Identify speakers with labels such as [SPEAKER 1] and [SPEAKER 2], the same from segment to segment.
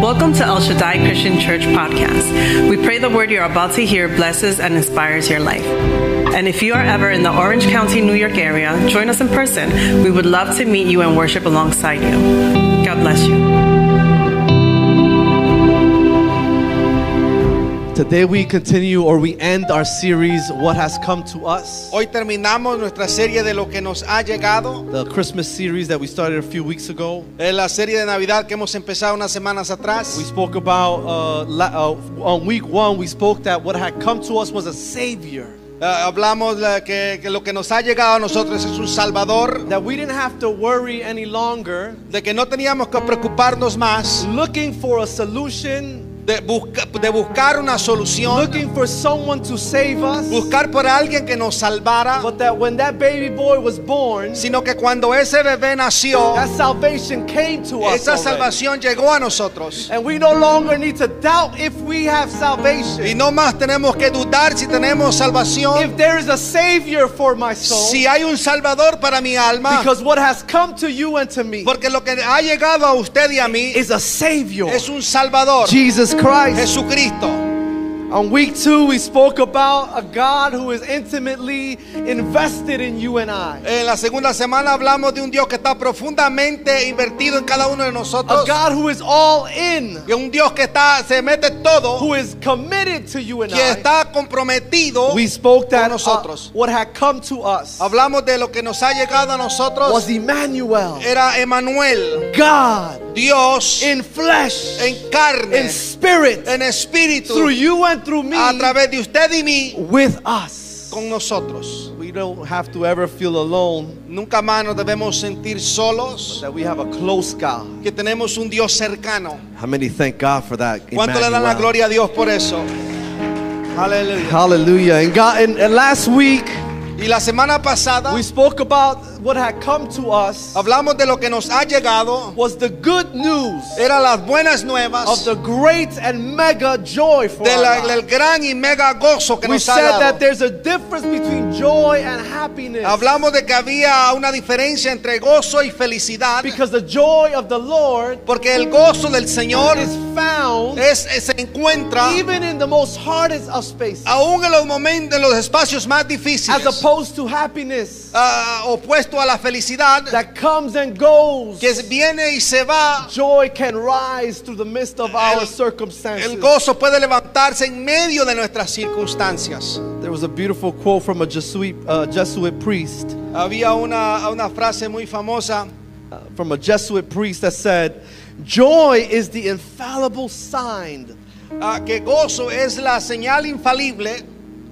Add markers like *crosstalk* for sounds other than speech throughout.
[SPEAKER 1] Welcome to El Shaddai Christian Church podcast. We pray the word you're about to hear blesses and inspires your life. And if you are ever in the Orange County, New York area, join us in person. We would love to meet you and worship alongside you. God bless you.
[SPEAKER 2] Today we continue or we end our series, What Has Come to Us,
[SPEAKER 3] Hoy terminamos nuestra serie de lo que nos ha llegado.
[SPEAKER 2] the Christmas series that we started a few weeks ago.
[SPEAKER 3] Es la serie de Navidad que hemos empezado unas semanas
[SPEAKER 2] We
[SPEAKER 3] atrás.
[SPEAKER 2] spoke about, uh, la- uh, on week one, we spoke that what had come to us was a Savior.
[SPEAKER 3] Ah, hablamos la- que, que lo que nos ha llegado a nosotros es un Salvador.
[SPEAKER 2] That we didn't have to worry any longer
[SPEAKER 3] De que no teníamos que preocuparnos más.
[SPEAKER 2] looking for a solution,
[SPEAKER 3] De, busca- de buscar una solución.
[SPEAKER 2] looking for someone to save us.
[SPEAKER 3] Buscar por alguien que nos salvara.
[SPEAKER 2] But that when that baby boy was born,
[SPEAKER 3] Sino que cuando ese bebé nació,
[SPEAKER 2] that salvation came to us.
[SPEAKER 3] esa
[SPEAKER 2] already.
[SPEAKER 3] salvación llegó a nosotros.
[SPEAKER 2] And we no longer need to doubt if we have
[SPEAKER 3] Y
[SPEAKER 2] salvation.
[SPEAKER 3] no más tenemos que dudar si tenemos
[SPEAKER 2] If
[SPEAKER 3] salvación.
[SPEAKER 2] there is a Savior for my soul.
[SPEAKER 3] Si hay un Salvador para mi alma.
[SPEAKER 2] Because what has come to you and to me
[SPEAKER 3] Porque lo que ha llegado a usted y a mí
[SPEAKER 2] is a Savior,
[SPEAKER 3] es un Salvador,
[SPEAKER 2] Jesus Christ.
[SPEAKER 3] Jesucristo.
[SPEAKER 2] On week two, we spoke about a God who is intimately invested in you and I,
[SPEAKER 3] En la segunda semana hablamos de un Dios que está profundamente invertido en cada uno de
[SPEAKER 2] a
[SPEAKER 3] nosotros.
[SPEAKER 2] God who is all in,
[SPEAKER 3] Y un Dios que está, se mete todo,
[SPEAKER 2] who is committed to you and
[SPEAKER 3] que
[SPEAKER 2] I.
[SPEAKER 3] está comprometido.
[SPEAKER 2] We spoke that
[SPEAKER 3] con nosotros.
[SPEAKER 2] uh, what had come to us
[SPEAKER 3] Hablamos de lo que nos ha llegado a nosotros.
[SPEAKER 2] was Emmanuel,
[SPEAKER 3] Era Emanuel,
[SPEAKER 2] God
[SPEAKER 3] Dios
[SPEAKER 2] in flesh,
[SPEAKER 3] en carne,
[SPEAKER 2] in spirit,
[SPEAKER 3] en espíritu,
[SPEAKER 2] through you and through me,
[SPEAKER 3] a través de usted y mí,
[SPEAKER 2] with us.
[SPEAKER 3] con nosotros.
[SPEAKER 2] We don't have to ever feel alone
[SPEAKER 3] Nunca más nos debemos sentir solos,
[SPEAKER 2] that we have a close God.
[SPEAKER 3] que tenemos un Dios cercano.
[SPEAKER 2] How many thank God for that?
[SPEAKER 3] ¿Cuánto le dan la
[SPEAKER 2] Emmanuel?
[SPEAKER 3] gloria a Dios por eso? Aleluya.
[SPEAKER 2] Hallelujah. And God and, and last week
[SPEAKER 3] Y la semana pasada
[SPEAKER 2] we spoke about what had come to us
[SPEAKER 3] hablamos de lo que nos ha llegado.
[SPEAKER 2] was the good news
[SPEAKER 3] Eran las buenas
[SPEAKER 2] of
[SPEAKER 3] nuevas
[SPEAKER 2] the great and mega joy for
[SPEAKER 3] del
[SPEAKER 2] our lives.
[SPEAKER 3] del gran y mega gozo que
[SPEAKER 2] We
[SPEAKER 3] nos ha
[SPEAKER 2] said that
[SPEAKER 3] dado.
[SPEAKER 2] there's a difference between joy and happiness.
[SPEAKER 3] Hablamos de que había una diferencia entre gozo y felicidad,
[SPEAKER 2] Because the joy of the Lord
[SPEAKER 3] porque el gozo del Señor
[SPEAKER 2] is found
[SPEAKER 3] es, es- se encuentra
[SPEAKER 2] even in the most hardest of spaces.
[SPEAKER 3] aún en los momentos, en los espacios más difíciles,
[SPEAKER 2] As opposed to happiness
[SPEAKER 3] ah, opuesto a la felicidad
[SPEAKER 2] that comes and goes.
[SPEAKER 3] que viene y se va.
[SPEAKER 2] Joy can rise through the midst of our
[SPEAKER 3] El-
[SPEAKER 2] circumstances.
[SPEAKER 3] El gozo puede levantarse en medio de nuestras circunstancias.
[SPEAKER 2] There was a beautiful quote from a Jesuit, uh, Jesuit priest,
[SPEAKER 3] Había una, una frase muy famosa
[SPEAKER 2] uh, from a Jesuit priest that said, "Joy is the infallible sign,
[SPEAKER 3] ah, que gozo es la señal infalible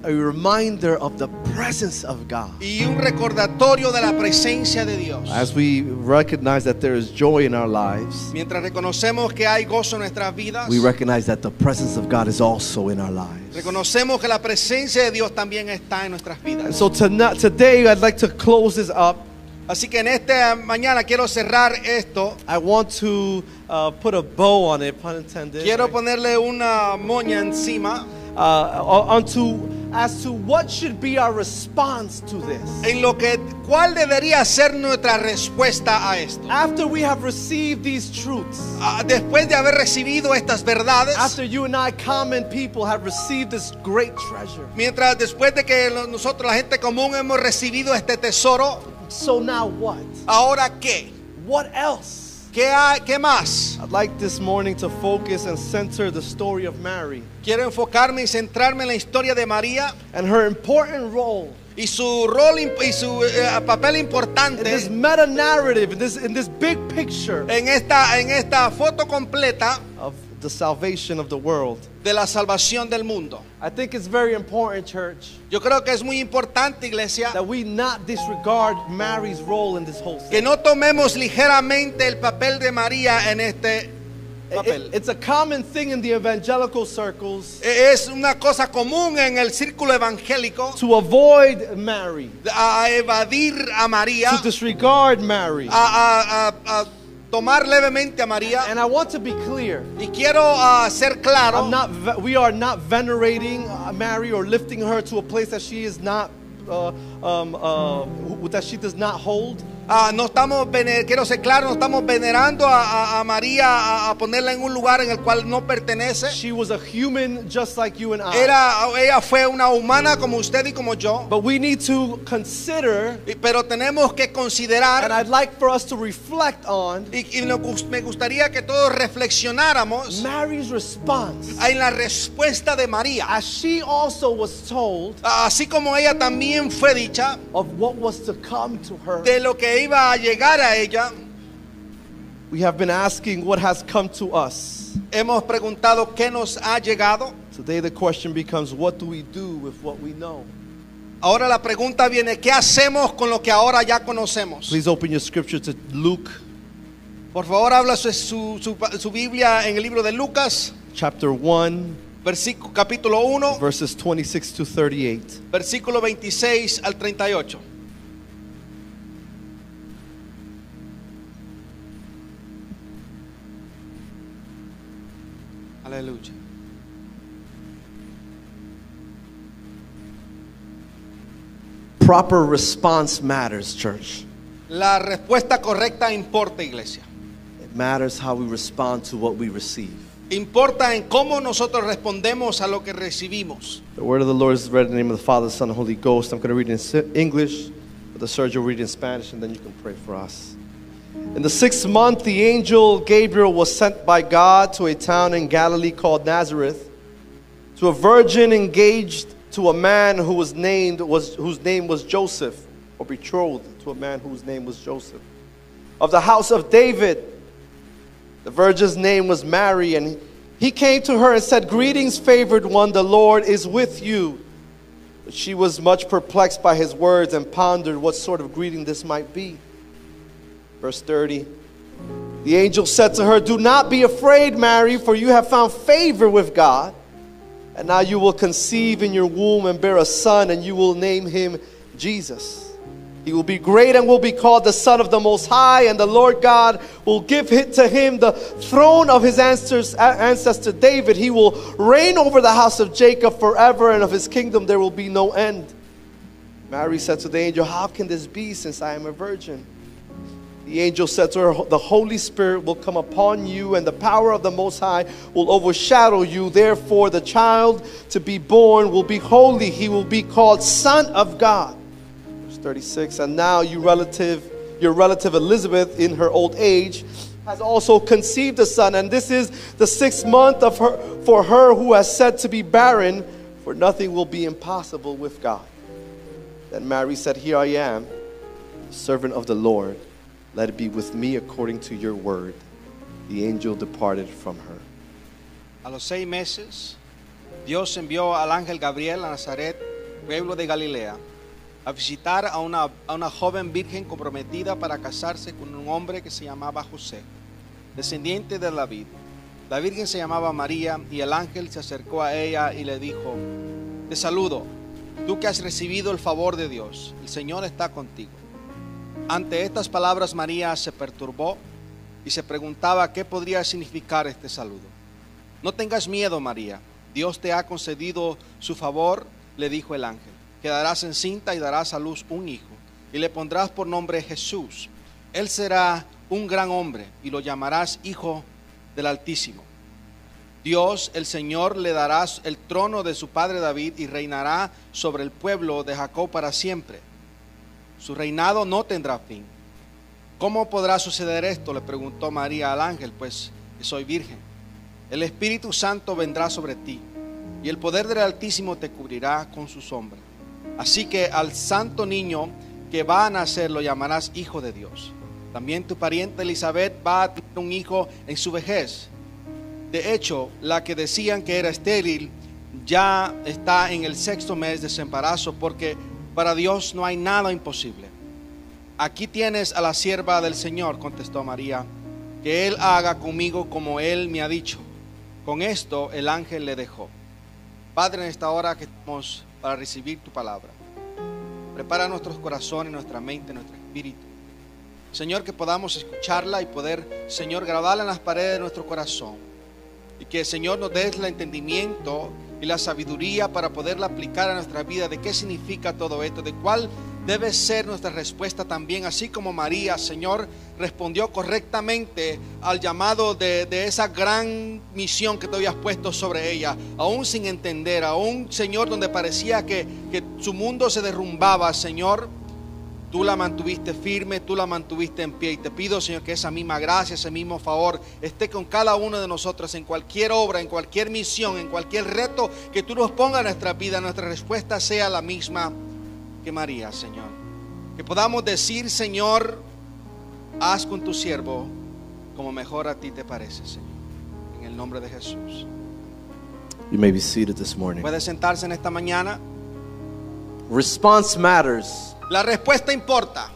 [SPEAKER 2] a reminder of the presence of God."
[SPEAKER 3] y un recordatorio de la presencia de Dios.
[SPEAKER 2] As we recognize that there is joy in our lives,
[SPEAKER 3] Mientras reconocemos que hay gozo en nuestras vidas,
[SPEAKER 2] we recognize that the presence of God is also in our lives.
[SPEAKER 3] reconocemos que la presencia de Dios también está en nuestras
[SPEAKER 2] And
[SPEAKER 3] vidas.
[SPEAKER 2] so tonight, today, I'd like to close this up.
[SPEAKER 3] Así que en esta mañana quiero cerrar esto.
[SPEAKER 2] I want to uh, put a bow on it, pun intended.
[SPEAKER 3] Quiero ponerle una moña encima
[SPEAKER 2] uh, onto as to what should be our response to this.
[SPEAKER 3] en lo que cuál debería ser nuestra respuesta a esto.
[SPEAKER 2] After we have received these truths,
[SPEAKER 3] Ah, después de haber recibido estas verdades,
[SPEAKER 2] after you and I, common people, have received this great treasure,
[SPEAKER 3] mientras después de que lo- nosotros la gente común hemos recibido este tesoro,
[SPEAKER 2] so now what?
[SPEAKER 3] ahora qué?
[SPEAKER 2] What else?
[SPEAKER 3] ¿Qué hay- qué más?
[SPEAKER 2] I'd like this morning to focus and center the story of Mary
[SPEAKER 3] Quiero enfocarme y centrarme en la historia de María
[SPEAKER 2] and her important role
[SPEAKER 3] y su rol imp- y su eh, papel
[SPEAKER 2] in this
[SPEAKER 3] importante
[SPEAKER 2] meta narrative, in this, in this big picture
[SPEAKER 3] en esta en esta foto completa
[SPEAKER 2] of the salvation of the world.
[SPEAKER 3] de la salvación del mundo.
[SPEAKER 2] I think it's very important, church,
[SPEAKER 3] Yo creo que es muy importante, iglesia,
[SPEAKER 2] that we not disregard Mary's role in this whole thing.
[SPEAKER 3] que no tomemos ligeramente el papel de María en
[SPEAKER 2] Eh,
[SPEAKER 3] este
[SPEAKER 2] It-
[SPEAKER 3] papel.
[SPEAKER 2] it's a common thing in the evangelical circles
[SPEAKER 3] Es una cosa común en el círculo evangélico
[SPEAKER 2] to avoid Mary,
[SPEAKER 3] a a evadir a María,
[SPEAKER 2] to disregard Mary.
[SPEAKER 3] a, a- a- a tomar levemente a María.
[SPEAKER 2] And I want to be clear.
[SPEAKER 3] Y quiero ah, ser claro,
[SPEAKER 2] I'm not ve- we are not venerating uh, Mary or lifting her to a place that she is not uh, um, uh, w- that she does not hold.
[SPEAKER 3] ah, no estamos, vene- quiero ser claro, no estamos venerando a, a- a María a, a ponerla en un lugar en el cual no pertenece.
[SPEAKER 2] She was a human just like you and I.
[SPEAKER 3] Era, ella fue una humana como usted y como yo.
[SPEAKER 2] But we need to consider,
[SPEAKER 3] Y- Pero tenemos que
[SPEAKER 2] and
[SPEAKER 3] considerar,
[SPEAKER 2] I'd like for us to reflect on
[SPEAKER 3] y, y nos gus- me gustaría que todos reflexionáramos
[SPEAKER 2] Mary's response.
[SPEAKER 3] en la respuesta de María.
[SPEAKER 2] As she also was told
[SPEAKER 3] Así como ella también fue dicha
[SPEAKER 2] of what was to come to her,
[SPEAKER 3] de lo que iba a llegar a ella,
[SPEAKER 2] we have been asking what has come to us.
[SPEAKER 3] hemos preguntado qué nos ha llegado.
[SPEAKER 2] Today, the question becomes what do we do with what we know?
[SPEAKER 3] Ahora la pregunta viene, ¿qué hacemos con lo que ahora ya conocemos?
[SPEAKER 2] Please open your scripture to Luke
[SPEAKER 3] Por favor, habla su, su- su- su Biblia en el libro de Lucas,
[SPEAKER 2] chapter 1,
[SPEAKER 3] versículo, capítulo 1,
[SPEAKER 2] verses 26 to 38.
[SPEAKER 3] versículo 26 al 38. Aleluya.
[SPEAKER 2] Proper response matters, church.
[SPEAKER 3] La respuesta correcta importa, iglesia.
[SPEAKER 2] It matters how we respond to what we receive.
[SPEAKER 3] Importa en cómo nosotros respondemos a lo que recibimos.
[SPEAKER 2] The word of the Lord is read in the name of the Father, Son, and Holy Ghost. I'm going to read in Si- English, but the surgeon will read in Spanish, and then you can pray for us. In the sixth month, the angel Gabriel was sent by God to a town in Galilee called Nazareth to a virgin engaged to a man who was named was whose name was Joseph, or betrothed to a man whose name was Joseph, of the house of David. The virgin's name was Mary, and he came to her and said, Greetings, favored one, the Lord is with you. But she was much perplexed by his words and pondered what sort of greeting this might be. Verse 30 The angel said to her, Do not be afraid, Mary, for you have found favor with God. And now you will conceive in your womb and bear a son, and you will name him Jesus. He will be great and will be called the Son of the Most High, and the Lord God will give hi- to him the throne of his ancestors, a- ancestor David. He will reign over the house of Jacob forever, and of his kingdom there will be no end. Mary said to the angel, How can this be since I am a virgin? The angel said to her, The Holy Spirit will come upon you, and the power of the Most High will overshadow you. Therefore, the child to be born will be holy. He will be called Son of God. Verse 36 And now, you relative, your relative Elizabeth, in her old age, has also conceived a son, and this is the sixth month of her, for her who has said to be barren, for nothing will be impossible with God. Then Mary said, Here I am servant of the Lord, let it be with me according to your word. The angel departed from her.
[SPEAKER 3] A los seis meses, Dios envió al ángel Gabriel a Nazaret, pueblo de Galilea, a visitar a una, a una joven virgen comprometida para casarse con un hombre que se llamaba José, descendiente de David. La virgen se llamaba María y el ángel se acercó a ella y le dijo, te saludo, tú que has recibido el favor de Dios, el Señor está contigo. Ante estas palabras María se perturbó y se preguntaba qué podría significar este saludo. No tengas miedo, María. Dios te ha concedido su favor, le dijo el ángel. Quedarás encinta y darás a luz un hijo, y le pondrás por nombre Jesús. Él será un gran hombre, y lo llamarás Hijo del Altísimo. Dios, el Señor, le dará el trono de su padre David y reinará sobre el pueblo de Jacob para siempre. Su reinado no tendrá fin. ¿Cómo podrá suceder esto? le preguntó María al ángel, pues soy virgen. El Espíritu Santo vendrá sobre ti y el poder del Altísimo te cubrirá con su sombra. Así que al santo niño que va a nacer lo llamarás Hijo de Dios. También tu pariente Elizabeth va a tener un hijo en su vejez. De hecho, la que decían que era estéril ya está en el sexto mes de su embarazo porque para Dios no hay nada imposible. Aquí tienes a la sierva del Señor, contestó María, que Él haga conmigo como Él me ha dicho. Con esto el ángel le dejó. Padre, en esta hora que estamos para recibir tu palabra, prepara nuestros corazones, nuestra mente, nuestro espíritu. Señor, que podamos escucharla y poder, Señor, grabarla en las paredes de nuestro corazón. Y que, Señor, nos des el entendimiento y la sabiduría para poderla aplicar a nuestra vida de qué significa todo esto, de cuál debe ser nuestra respuesta también, así como María, Señor, respondió correctamente al llamado de, de esa gran misión que tú habías puesto sobre ella, aún sin entender, aún, Señor, donde parecía que, que su mundo se derrumbaba, Señor. Tú la mantuviste firme, tú la mantuviste en pie. Y te pido, Señor, que esa misma gracia, ese mismo favor esté con cada uno de nosotros en cualquier obra, en cualquier misión, en cualquier reto que tú nos pongas en nuestra vida. Nuestra respuesta sea la misma que María, Señor. Que podamos decir, Señor, haz con tu siervo como mejor a ti te parece, Señor. En el nombre de Jesús.
[SPEAKER 2] You may be seated this morning.
[SPEAKER 3] Puede sentarse en esta mañana.
[SPEAKER 2] Response matters.
[SPEAKER 3] La respuesta importa.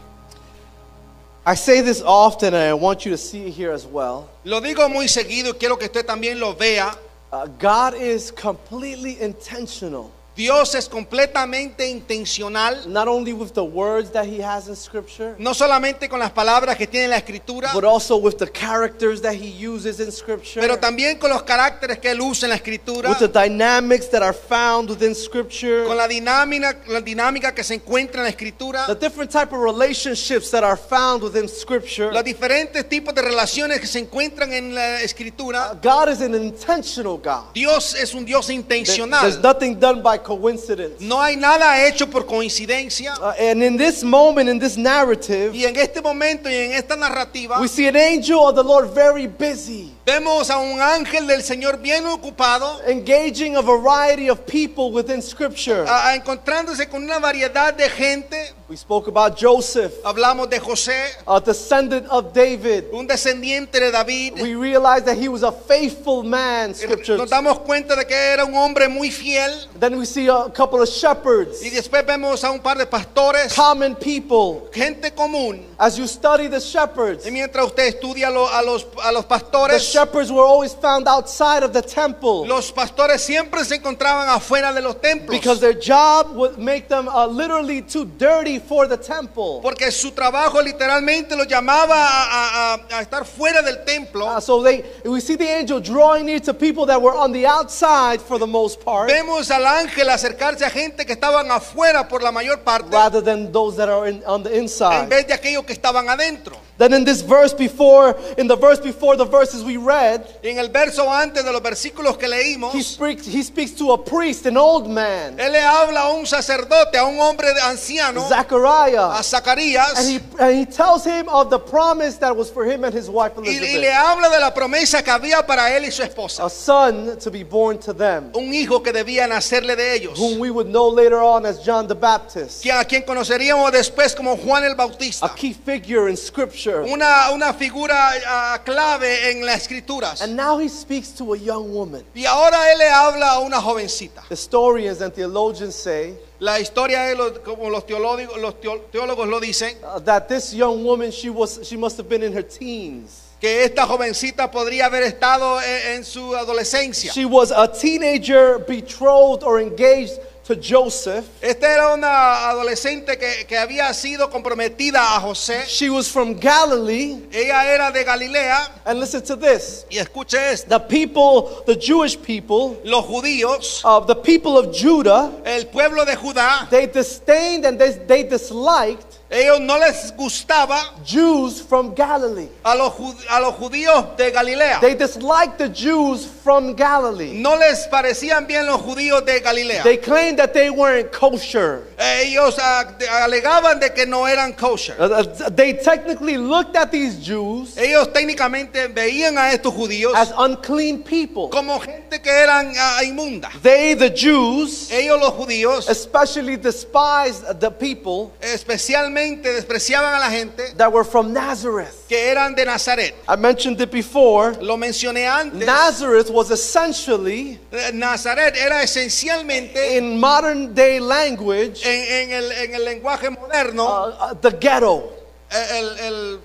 [SPEAKER 2] I say this often, and I want you to see it here as well.
[SPEAKER 3] Lo digo muy seguido y quiero que usted también lo vea.
[SPEAKER 2] Uh, God is completely intentional,
[SPEAKER 3] Dios es completamente intencional,
[SPEAKER 2] not only with the words that He has in Scripture,
[SPEAKER 3] no solamente con las palabras que tiene la escritura,
[SPEAKER 2] but also with the characters that He uses in Scripture,
[SPEAKER 3] pero también con los caracteres que él usa en la escritura,
[SPEAKER 2] with the dynamics that are found within Scripture,
[SPEAKER 3] con la dinámica, la dinámica que se encuentra en la escritura,
[SPEAKER 2] the different type of relationships that are found within Scripture.
[SPEAKER 3] los diferentes tipos de relaciones que se encuentran en la
[SPEAKER 2] Uh,
[SPEAKER 3] escritura.
[SPEAKER 2] God is an intentional God.
[SPEAKER 3] Dios es un Dios
[SPEAKER 2] There- There's
[SPEAKER 3] intencional.
[SPEAKER 2] nothing done by coincidence.
[SPEAKER 3] No hay nada hecho por coincidencia.
[SPEAKER 2] Uh, and in this moment, in this narrative,
[SPEAKER 3] Y en este momento y en esta narrativa
[SPEAKER 2] we see an angel of the Lord very busy.
[SPEAKER 3] vemos a un ángel del Señor bien ocupado,
[SPEAKER 2] Eh. engaging a variety of people within scripture.
[SPEAKER 3] a- a encontrándose con una variedad de gente.
[SPEAKER 2] We spoke about Joseph,
[SPEAKER 3] Hablamos de José,
[SPEAKER 2] a descendant of David.
[SPEAKER 3] un descendiente de David.
[SPEAKER 2] We realized that he was a faithful man, scripture.
[SPEAKER 3] Nos damos cuenta de que era un hombre muy fiel.
[SPEAKER 2] Then we see a couple of shepherds,
[SPEAKER 3] Y después vemos a un par de pastores,
[SPEAKER 2] common people.
[SPEAKER 3] gente común.
[SPEAKER 2] As you study the shepherds,
[SPEAKER 3] Y mientras usted estudia lo- a, los, a los
[SPEAKER 2] the
[SPEAKER 3] pastores,
[SPEAKER 2] shepherds were always found outside of the temple
[SPEAKER 3] los pastores siempre se encontraban afuera de los
[SPEAKER 2] because
[SPEAKER 3] templos.
[SPEAKER 2] their job would make them uh, literally too dirty for the temple.
[SPEAKER 3] Porque su trabajo literalmente lo llamaba a, a- a- a estar fuera del templo.
[SPEAKER 2] Uh, so they, we see the angel drawing near to people that were on the outside for the most part.
[SPEAKER 3] Vemos al ángel acercarse a gente que estaban afuera por la mayor parte,
[SPEAKER 2] rather than those that are in, on the
[SPEAKER 3] en
[SPEAKER 2] inside.
[SPEAKER 3] vez de aquellos que estaban adentro.
[SPEAKER 2] Then in this verse before, in the verse before the verses we read,
[SPEAKER 3] En el verso antes de los versículos que
[SPEAKER 2] he
[SPEAKER 3] leímos,
[SPEAKER 2] speaks, he speaks to a priest, an old man,
[SPEAKER 3] él le habla a un sacerdote, a un hombre de- anciano, a
[SPEAKER 2] Zechariah, and he,
[SPEAKER 3] Zacarías,
[SPEAKER 2] and he tells him of the promise that was for him and his wife
[SPEAKER 3] y, y le
[SPEAKER 2] Elizabeth,
[SPEAKER 3] habla de la promesa que había para él y su esposa,
[SPEAKER 2] a son to be born to them,
[SPEAKER 3] un hijo que debía nacerle de ellos,
[SPEAKER 2] whom we would know later on as John the Baptist,
[SPEAKER 3] que- a quien conoceríamos después como Juan el
[SPEAKER 2] a
[SPEAKER 3] Bautista,
[SPEAKER 2] key figure in Scripture.
[SPEAKER 3] una, una figura ah, clave en las escrituras.
[SPEAKER 2] And now he speaks to a young woman.
[SPEAKER 3] Y ahora él le habla a una jovencita.
[SPEAKER 2] Historians and theologians say
[SPEAKER 3] La historia es lo- como los teólogos, los teo- teólogos lo dicen,
[SPEAKER 2] uh, that this young woman she was she must have been in her teens.
[SPEAKER 3] que esta jovencita podría haber estado e-, en, en su adolescencia.
[SPEAKER 2] She was a teenager betrothed or engaged to Joseph.
[SPEAKER 3] Esta era una adolescente que, que había sido comprometida a José.
[SPEAKER 2] She was from Galilee.
[SPEAKER 3] Ella era de Galilea.
[SPEAKER 2] And listen to this
[SPEAKER 3] Y escuche esto.
[SPEAKER 2] the people, the Jewish people,
[SPEAKER 3] Los judíos,
[SPEAKER 2] uh, the people of Judah,
[SPEAKER 3] el pueblo de Judá,
[SPEAKER 2] they disdained and they, they disliked
[SPEAKER 3] ellos no les gustaba
[SPEAKER 2] Jews from Galilee.
[SPEAKER 3] a los, ju- a los judíos de Galilea.
[SPEAKER 2] They disliked the Jews from Galilee.
[SPEAKER 3] No les parecían bien los judíos de Galilea.
[SPEAKER 2] They claimed that they weren't kosher.
[SPEAKER 3] Ellos ah, de- alegaban de que no eran kosher.
[SPEAKER 2] Uh, uh, they technically looked at these Jews
[SPEAKER 3] Ellos técnicamente veían a estos judíos
[SPEAKER 2] as unclean people.
[SPEAKER 3] como gente que eran ah, inmunda.
[SPEAKER 2] They, the Jews,
[SPEAKER 3] Ellos los judíos
[SPEAKER 2] especially despised the people
[SPEAKER 3] especialmente despreciaban a la gente
[SPEAKER 2] that were from Nazareth.
[SPEAKER 3] que eran de Nazaret.
[SPEAKER 2] I mentioned it before.
[SPEAKER 3] Lo mencioné antes.
[SPEAKER 2] Nazareth was essentially,
[SPEAKER 3] Eh, Nazaret era esencialmente en,
[SPEAKER 2] in modern day language,
[SPEAKER 3] en el, en el lenguaje
[SPEAKER 2] uh,
[SPEAKER 3] moderno eh,
[SPEAKER 2] uh, the ghetto,
[SPEAKER 3] el- el-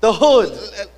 [SPEAKER 2] the hood,
[SPEAKER 3] el-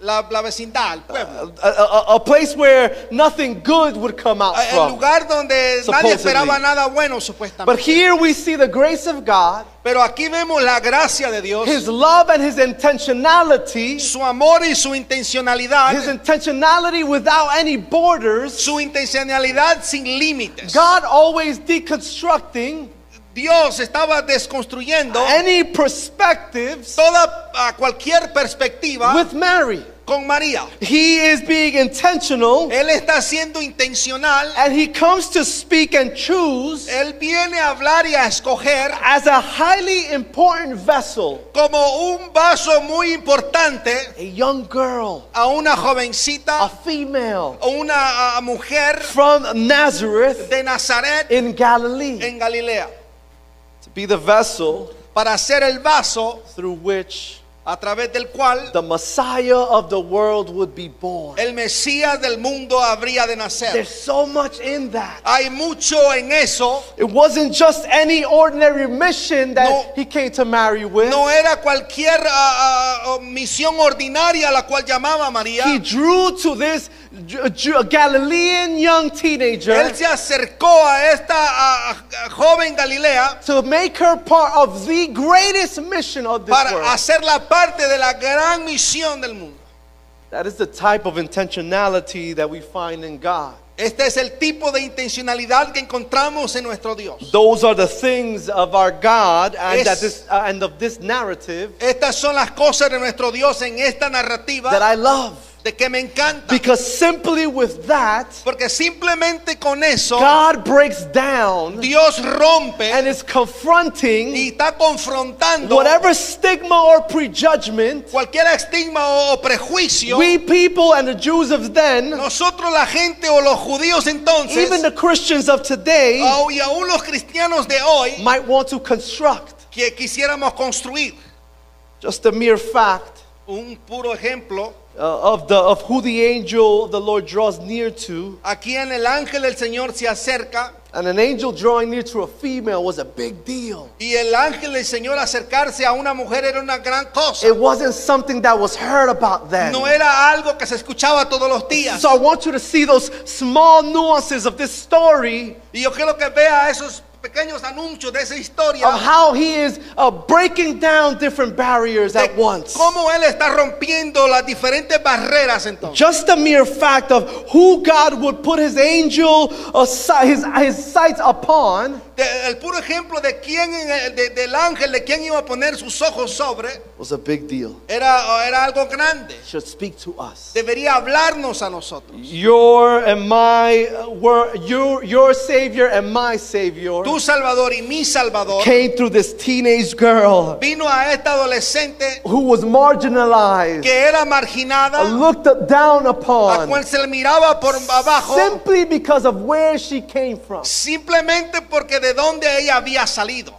[SPEAKER 3] la, la vecindad, el pueblo.
[SPEAKER 2] a, a- a- a place where nothing good would come out
[SPEAKER 3] Eh, el
[SPEAKER 2] Ah, from.
[SPEAKER 3] lugar donde
[SPEAKER 2] Supposedly.
[SPEAKER 3] nadie esperaba nada bueno
[SPEAKER 2] But
[SPEAKER 3] supuestamente.
[SPEAKER 2] here we see the grace of God,
[SPEAKER 3] Pero aquí vemos la gracia de Dios,
[SPEAKER 2] His love and His intentionality,
[SPEAKER 3] su amor y su intencionalidad.
[SPEAKER 2] His intentionality without any borders.
[SPEAKER 3] su intencionalidad sin límites.
[SPEAKER 2] God always deconstructing
[SPEAKER 3] Dios estaba desconstruyendo
[SPEAKER 2] any perspectives
[SPEAKER 3] toda ah, cualquier perspectiva
[SPEAKER 2] with Mary.
[SPEAKER 3] con María.
[SPEAKER 2] He is being intentional
[SPEAKER 3] Él está siendo intencional.
[SPEAKER 2] and he comes to speak and choose
[SPEAKER 3] Él viene a hablar y a escoger
[SPEAKER 2] as a highly important vessel
[SPEAKER 3] como un vaso muy importante
[SPEAKER 2] a young girl,
[SPEAKER 3] a una
[SPEAKER 2] a
[SPEAKER 3] jovencita
[SPEAKER 2] female
[SPEAKER 3] o una ah, mujer
[SPEAKER 2] from Nazareth
[SPEAKER 3] de Nazaret
[SPEAKER 2] in Galilee
[SPEAKER 3] en Galilea
[SPEAKER 2] to be the vessel
[SPEAKER 3] para hacer el vaso
[SPEAKER 2] through which
[SPEAKER 3] a través del cual
[SPEAKER 2] the Messiah of the world would be born.
[SPEAKER 3] el Mesías del mundo habría de nacer.
[SPEAKER 2] There's so much in that.
[SPEAKER 3] Hay mucho en eso.
[SPEAKER 2] It wasn't just any ordinary mission that
[SPEAKER 3] No.
[SPEAKER 2] he came to Mary with.
[SPEAKER 3] No era cualquier ah, ah, misión ordinaria a la cual llamaba a María.
[SPEAKER 2] He drew to this Ju- Ju- Galilean young teenager
[SPEAKER 3] Él se acercó a esta ah, ah, joven Galilea
[SPEAKER 2] to make her part of the greatest mission of this
[SPEAKER 3] para
[SPEAKER 2] world.
[SPEAKER 3] hacerla parte de la gran misión del mundo.
[SPEAKER 2] That is the type of intentionality that we find in God.
[SPEAKER 3] Este es el tipo de intencionalidad que encontramos en nuestro Dios.
[SPEAKER 2] Those are the things of our God and,
[SPEAKER 3] Es-
[SPEAKER 2] that this, uh, and of this narrative
[SPEAKER 3] Estas son las cosas de nuestro Dios en esta
[SPEAKER 2] that
[SPEAKER 3] narrativa
[SPEAKER 2] I love.
[SPEAKER 3] de que me encanta.
[SPEAKER 2] Because simply with that,
[SPEAKER 3] Porque simplemente con eso
[SPEAKER 2] God breaks down
[SPEAKER 3] Dios rompe
[SPEAKER 2] and is confronting
[SPEAKER 3] y está confrontando
[SPEAKER 2] whatever stigma or prejudgment
[SPEAKER 3] cualquier estigma o, o prejuicio.
[SPEAKER 2] we people and the Jews of then,
[SPEAKER 3] Nosotros la gente o los judíos entonces,
[SPEAKER 2] even the Christians of today,
[SPEAKER 3] au- y aún los cristianos de hoy,
[SPEAKER 2] might want to construct.
[SPEAKER 3] que quisiéramos construir
[SPEAKER 2] Just the mere fact
[SPEAKER 3] un puro ejemplo,
[SPEAKER 2] uh, of, the, of who the angel of the Lord draws near to,
[SPEAKER 3] aquí en el ángel del Señor se acerca
[SPEAKER 2] and an angel drawing near to a female was a big deal.
[SPEAKER 3] y el ángel del Señor acercarse a una mujer era una gran cosa.
[SPEAKER 2] It wasn't something that was heard about then.
[SPEAKER 3] No era algo que se escuchaba todos los días.
[SPEAKER 2] So I want you to see those small nuances of this story
[SPEAKER 3] Y yo quiero que vea esos pequeños anuncios de esa
[SPEAKER 2] of
[SPEAKER 3] historia.
[SPEAKER 2] how he is uh, breaking down different barriers
[SPEAKER 3] de
[SPEAKER 2] at once.
[SPEAKER 3] Cómo él está rompiendo las diferentes barreras entonces.
[SPEAKER 2] Just the mere fact of who God would put his angel, asi- his, his sights upon,
[SPEAKER 3] De- el puro ejemplo de quién, eh, de- del ángel, de quién iba a poner sus ojos sobre.
[SPEAKER 2] was a big deal.
[SPEAKER 3] Era, era algo grande.
[SPEAKER 2] Should speak to us.
[SPEAKER 3] Debería hablarnos a nosotros.
[SPEAKER 2] Your and my, uh, were, your, your Savior and my Savior
[SPEAKER 3] Tu Salvador y mi Salvador
[SPEAKER 2] came through this teenage girl
[SPEAKER 3] vino a esta adolescente
[SPEAKER 2] who was marginalized,
[SPEAKER 3] que era marginada,
[SPEAKER 2] looked down
[SPEAKER 3] a
[SPEAKER 2] upon,
[SPEAKER 3] cual se le miraba por abajo,
[SPEAKER 2] simply because of where she came from.
[SPEAKER 3] simplemente porque de donde ella había salido.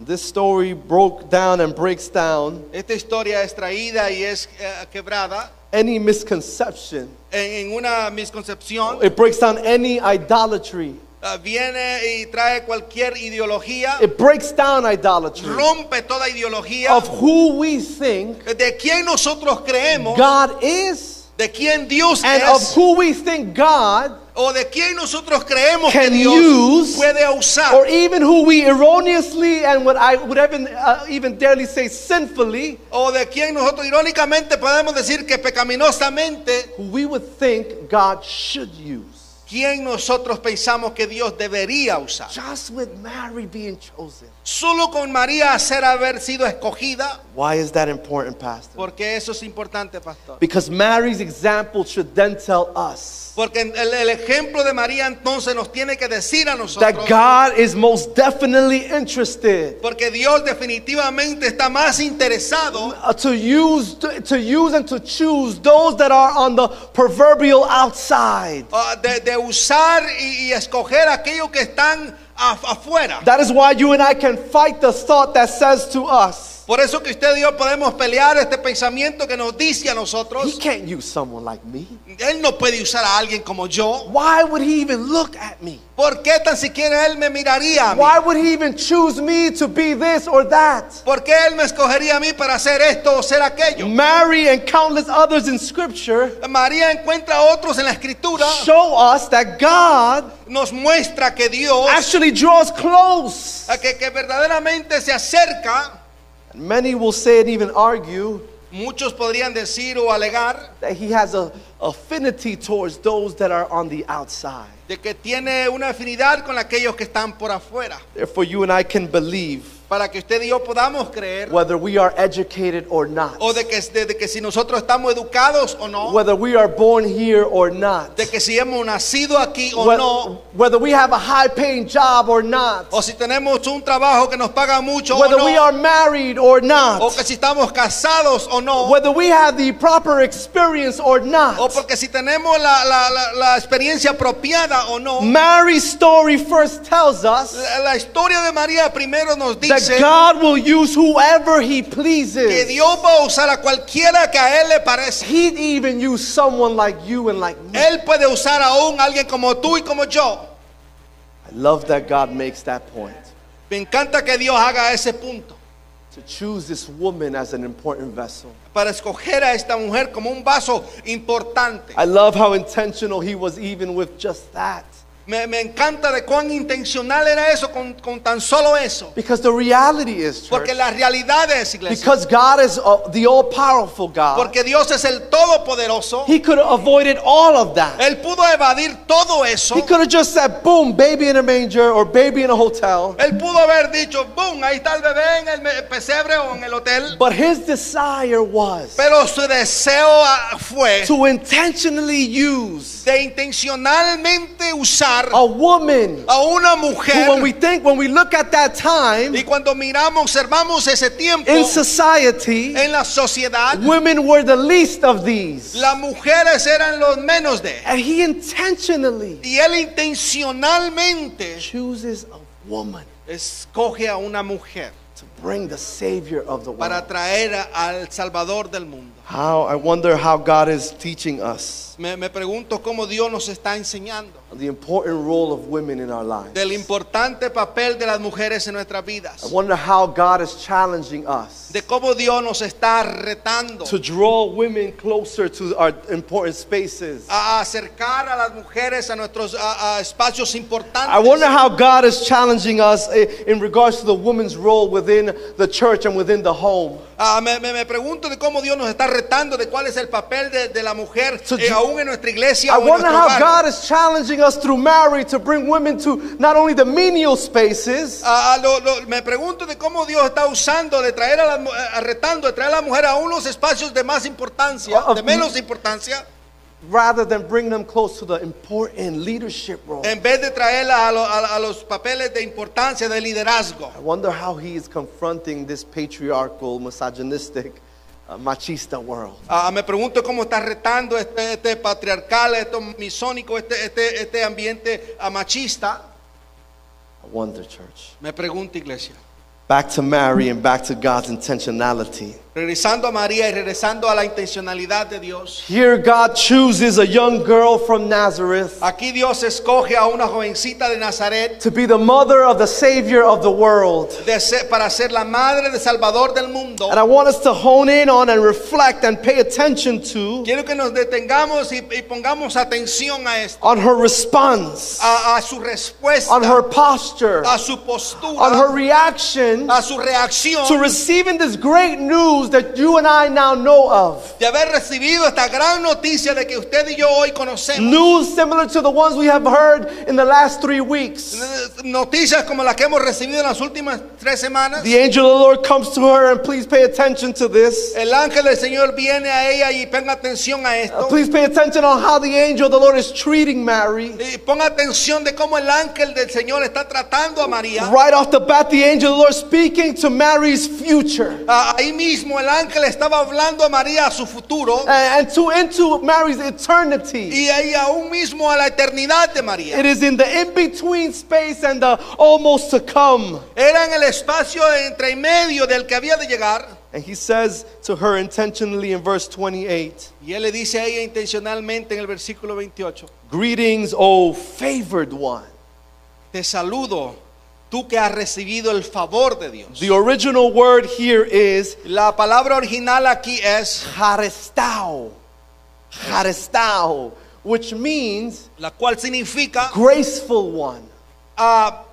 [SPEAKER 2] This story broke down and breaks down
[SPEAKER 3] Esta historia es traída y es eh, quebrada
[SPEAKER 2] any misconception.
[SPEAKER 3] en, en una misconcepción.
[SPEAKER 2] It breaks down any idolatry.
[SPEAKER 3] Ah, viene y trae cualquier ideología,
[SPEAKER 2] It breaks down idolatry
[SPEAKER 3] rompe toda ideología
[SPEAKER 2] of who we think
[SPEAKER 3] de quién nosotros creemos,
[SPEAKER 2] God is
[SPEAKER 3] de quién Dios
[SPEAKER 2] and of
[SPEAKER 3] es
[SPEAKER 2] who we think God
[SPEAKER 3] o de quién nosotros creemos que
[SPEAKER 2] can
[SPEAKER 3] Dios
[SPEAKER 2] use
[SPEAKER 3] puede usar.
[SPEAKER 2] or even who we erroneously and what I would even, uh, even barely say sinfully
[SPEAKER 3] o de quien nosotros irónicamente podemos decir que pecaminosamente,
[SPEAKER 2] who we would think God should use.
[SPEAKER 3] quien nosotros pensamos que Dios debería usar.
[SPEAKER 2] Just with Mary being chosen.
[SPEAKER 3] Solo con María hacer haber sido escogida,
[SPEAKER 2] Why is that important, Pastor?
[SPEAKER 3] porque eso es importante, pastor.
[SPEAKER 2] Because Mary's example should then tell us
[SPEAKER 3] Porque el, el ejemplo de María entonces nos tiene que decir a nosotros,
[SPEAKER 2] that God is most definitely interested
[SPEAKER 3] porque Dios definitivamente está más interesado
[SPEAKER 2] uh, to use to, to use and to choose those that are on the proverbial outside.
[SPEAKER 3] ah, de, de usar y, y escoger aquellos que están af- afuera.
[SPEAKER 2] That is why you and I can fight the thought that says to us,
[SPEAKER 3] Por eso que usted y yo podemos pelear este pensamiento que nos dice a
[SPEAKER 2] he
[SPEAKER 3] nosotros.
[SPEAKER 2] can't use someone like me.
[SPEAKER 3] Él no puede usar a alguien como yo.
[SPEAKER 2] Why would he even look at me?
[SPEAKER 3] ¿Por qué tan siquiera él me miraría a mí?
[SPEAKER 2] Why would he even choose me to be this or that?
[SPEAKER 3] ¿Por qué él me escogería a mí para hacer esto o ser aquello?
[SPEAKER 2] Mary and countless others in scripture
[SPEAKER 3] María encuentra a otros en la escritura,
[SPEAKER 2] show us that God
[SPEAKER 3] nos muestra que Dios,
[SPEAKER 2] actually draws close.
[SPEAKER 3] a que, que verdaderamente se acerca.
[SPEAKER 2] Many will say and even argue
[SPEAKER 3] Muchos podrían decir o alegar
[SPEAKER 2] that he has a affinity towards those that are on the outside.
[SPEAKER 3] de que tiene una afinidad con aquellos que están por afuera.
[SPEAKER 2] Therefore, you and I can believe
[SPEAKER 3] Para que usted y yo podamos creer
[SPEAKER 2] whether we are educated or not,
[SPEAKER 3] o de que, de- de que si nosotros estamos educados o no,
[SPEAKER 2] whether we are born here or not,
[SPEAKER 3] de que si hemos nacido aquí o
[SPEAKER 2] whe-
[SPEAKER 3] no,
[SPEAKER 2] whether we have a high paying job or not,
[SPEAKER 3] o si tenemos un trabajo que nos paga mucho o
[SPEAKER 2] whether we
[SPEAKER 3] no,
[SPEAKER 2] are married or
[SPEAKER 3] o que
[SPEAKER 2] not,
[SPEAKER 3] si estamos casados o no,
[SPEAKER 2] whether we have the proper experience or
[SPEAKER 3] o
[SPEAKER 2] not.
[SPEAKER 3] porque si tenemos la, la- la- la experiencia apropiada o no.
[SPEAKER 2] Mary's story first tells us
[SPEAKER 3] La, la historia de María primero nos
[SPEAKER 2] that
[SPEAKER 3] dice
[SPEAKER 2] God will use whoever He
[SPEAKER 3] que
[SPEAKER 2] pleases.
[SPEAKER 3] Dios va a usar a cualquiera que a Él le parece.
[SPEAKER 2] He'd even use someone like you and like me.
[SPEAKER 3] Él puede usar aún a alguien como tú y como yo.
[SPEAKER 2] I love that God makes that point
[SPEAKER 3] Me encanta que Dios haga ese punto
[SPEAKER 2] to choose this woman as an important vessel.
[SPEAKER 3] para escoger a esta mujer como un vaso importante.
[SPEAKER 2] I love how intentional he was even with just that.
[SPEAKER 3] Me, me encanta de cuán intencional era eso con, con tan solo eso.
[SPEAKER 2] Because the reality is, church,
[SPEAKER 3] Porque la realidad es, iglesia,
[SPEAKER 2] because God is uh, the all powerful God,
[SPEAKER 3] porque Dios es el todopoderoso.
[SPEAKER 2] he could have avoided all of that.
[SPEAKER 3] Él pudo evadir todo eso.
[SPEAKER 2] He could have just said, boom, baby in a manger or baby in a hotel.
[SPEAKER 3] Él pudo haber dicho, boom, ahí está el bebé en el me- pesebre o en el hotel.
[SPEAKER 2] But his desire was
[SPEAKER 3] Pero su deseo ah, fue
[SPEAKER 2] to intentionally use
[SPEAKER 3] de intencionalmente usar
[SPEAKER 2] a woman
[SPEAKER 3] a una
[SPEAKER 2] who, when we
[SPEAKER 3] mujer.
[SPEAKER 2] think, when we look at that time
[SPEAKER 3] Y cuando miramos, observamos ese tiempo
[SPEAKER 2] in society,
[SPEAKER 3] en la sociedad,
[SPEAKER 2] women were the least of these.
[SPEAKER 3] las mujeres eran los menos de.
[SPEAKER 2] And he intentionally
[SPEAKER 3] Y él intencionalmente
[SPEAKER 2] chooses a woman
[SPEAKER 3] escoge a una mujer
[SPEAKER 2] to bring the Savior of the
[SPEAKER 3] para
[SPEAKER 2] world.
[SPEAKER 3] traer a- al Salvador del mundo.
[SPEAKER 2] How I wonder how God is teaching us
[SPEAKER 3] Me, me pregunto cómo Dios nos está enseñando
[SPEAKER 2] the important role of women in our lives.
[SPEAKER 3] del
[SPEAKER 2] I
[SPEAKER 3] importante papel de las mujeres en nuestras vidas,
[SPEAKER 2] wonder how God is challenging us
[SPEAKER 3] de cómo Dios nos está retando
[SPEAKER 2] to draw women closer to our important spaces.
[SPEAKER 3] a acercar a las mujeres a nuestros a- a espacios
[SPEAKER 2] I wonder
[SPEAKER 3] importantes.
[SPEAKER 2] how God is challenging us i- in regards to the woman's role within the church and within the home.
[SPEAKER 3] Ah, me, me- me pregunto de cómo Dios nos está retando, de cuál es el papel de, de la mujer
[SPEAKER 2] So
[SPEAKER 3] eh,
[SPEAKER 2] do-
[SPEAKER 3] aún en nuestra iglesia.
[SPEAKER 2] I
[SPEAKER 3] o en
[SPEAKER 2] wonder
[SPEAKER 3] nuestro
[SPEAKER 2] how
[SPEAKER 3] barrio.
[SPEAKER 2] God is challenging us through Mary to bring women to not only the menial spaces,
[SPEAKER 3] Ah, ah, lo- lo- me pregunto de cómo Dios está usando de traer a la mu- a- retando de traer a la mujer a unos espacios de más importancia,
[SPEAKER 2] Ah, ah,
[SPEAKER 3] de menos importancia,
[SPEAKER 2] rather than bring them close to the important leadership role.
[SPEAKER 3] en vez de traerla a, lo- a- a los papeles de importancia de liderazgo.
[SPEAKER 2] I wonder how he is confronting this patriarchal, misogynistic, uh, machista world.
[SPEAKER 3] Ah, me pregunto cómo está retando este, este patriarcal, esto misónico, este, este, este ambiente ah, machista.
[SPEAKER 2] I wonder, church.
[SPEAKER 3] Me pregunto, iglesia.
[SPEAKER 2] Back to Mary and back to God's intentionality.
[SPEAKER 3] Regresando a María y regresando a la intencionalidad de Dios.
[SPEAKER 2] Here, God chooses a young girl from Nazareth
[SPEAKER 3] Aquí Dios escoge a una jovencita de Nazaret
[SPEAKER 2] to be the mother of the Savior of the world.
[SPEAKER 3] de ser- para ser la madre de Salvador del mundo.
[SPEAKER 2] And I want us to hone in on and reflect and pay attention to
[SPEAKER 3] Quiero que nos detengamos y, y pongamos atención a esto,
[SPEAKER 2] on her response,
[SPEAKER 3] a, a su respuesta,
[SPEAKER 2] on her posture,
[SPEAKER 3] a su postura,
[SPEAKER 2] on her reaction
[SPEAKER 3] a su reacción
[SPEAKER 2] to receiving this great news that you and I now know of.
[SPEAKER 3] de haber recibido esta gran noticia de que usted y yo hoy conocemos.
[SPEAKER 2] News similar to the ones we have heard in the last three weeks.
[SPEAKER 3] Noticias como las que hemos recibido en las últimas tres semanas.
[SPEAKER 2] The angel of the Lord comes to her, and please pay attention to this.
[SPEAKER 3] El ángel del Señor viene a ella y ponga atención a
[SPEAKER 2] Uh,
[SPEAKER 3] esto.
[SPEAKER 2] Please pay attention on how the angel of the Lord is treating Mary.
[SPEAKER 3] Y ponga atención de cómo el ángel del Señor está tratando a María.
[SPEAKER 2] Right off the bat, the angel of the Lord speaking to Mary's future
[SPEAKER 3] Ah, Ahí mismo el ángel estaba hablando a María a su futuro
[SPEAKER 2] and and to into Mary's eternity.
[SPEAKER 3] y ahí aún mismo a la eternidad de María.
[SPEAKER 2] It is in the in between space and the almost to come.
[SPEAKER 3] Era en el espacio entre medio del que había de llegar.
[SPEAKER 2] And he says to her intentionally in verse 28
[SPEAKER 3] Y él le dice a ella intencionalmente en el versículo 28,
[SPEAKER 2] Greetings, O favored one.
[SPEAKER 3] te saludo, tú que has recibido el favor de Dios.
[SPEAKER 2] The original word here is
[SPEAKER 3] La palabra original aquí es,
[SPEAKER 2] charistao. Charistao, which means
[SPEAKER 3] la cual significa
[SPEAKER 2] graceful one.
[SPEAKER 3] ah,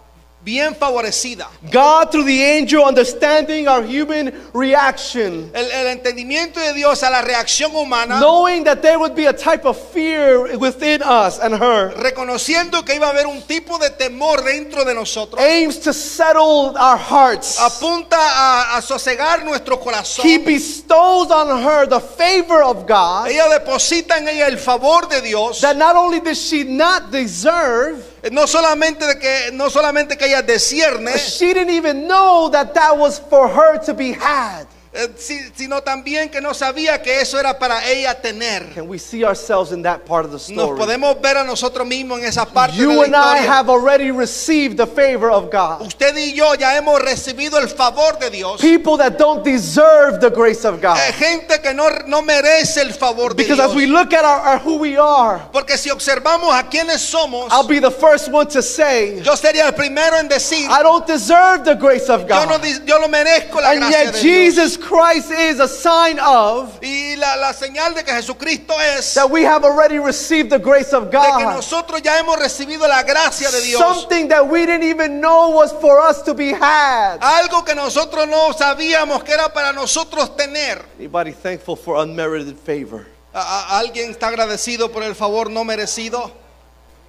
[SPEAKER 3] bien favorecida.
[SPEAKER 2] God, through the angel, understanding our human reaction,
[SPEAKER 3] El, el entendimiento de Dios a la reacción humana,
[SPEAKER 2] knowing that there would be a type of fear within us and her,
[SPEAKER 3] reconociendo que iba a haber un tipo de temor dentro de nosotros,
[SPEAKER 2] aims to settle our hearts.
[SPEAKER 3] apunta a, a sosegar nuestro corazón.
[SPEAKER 2] He bestows on her the favor of God
[SPEAKER 3] Ella deposita en ella el favor de Dios. Eh,
[SPEAKER 2] that not only did she not deserve,
[SPEAKER 3] No solamente de que no solamente que ella descierne,
[SPEAKER 2] she didn't even know that that was for her to be had.
[SPEAKER 3] eh, si- sino también que no sabía que eso era para ella tener.
[SPEAKER 2] Can we see ourselves in that part of the
[SPEAKER 3] Nos
[SPEAKER 2] story?
[SPEAKER 3] podemos ver a nosotros mismos en esa parte de
[SPEAKER 2] You
[SPEAKER 3] la
[SPEAKER 2] and I
[SPEAKER 3] historia.
[SPEAKER 2] have already received the favor of God.
[SPEAKER 3] Usted y yo ya hemos recibido el favor de Dios.
[SPEAKER 2] People that don't deserve the grace of
[SPEAKER 3] Eh,
[SPEAKER 2] God.
[SPEAKER 3] gente que no, no merece el favor de
[SPEAKER 2] Because as we
[SPEAKER 3] Dios.
[SPEAKER 2] look at our, our who we are,
[SPEAKER 3] Porque si observamos a quienes somos,
[SPEAKER 2] I'll be the first one to say,
[SPEAKER 3] yo sería el primero en decir,
[SPEAKER 2] I don't deserve the grace of
[SPEAKER 3] yo no,
[SPEAKER 2] God.
[SPEAKER 3] di- yo no merezco la
[SPEAKER 2] And
[SPEAKER 3] gracia
[SPEAKER 2] yet
[SPEAKER 3] de Dios.
[SPEAKER 2] Jesus Christ is a sign of
[SPEAKER 3] Y la, la señal de que Jesucristo es de
[SPEAKER 2] that we have already received the grace of
[SPEAKER 3] que
[SPEAKER 2] God.
[SPEAKER 3] nosotros ya hemos recibido la gracia de Dios.
[SPEAKER 2] Something that we didn't even know was for us to be had.
[SPEAKER 3] Algo que nosotros no sabíamos que era para nosotros tener.
[SPEAKER 2] Anybody thankful for unmerited favor?
[SPEAKER 3] ¿A- a- ¿Alguien está agradecido por el favor no merecido?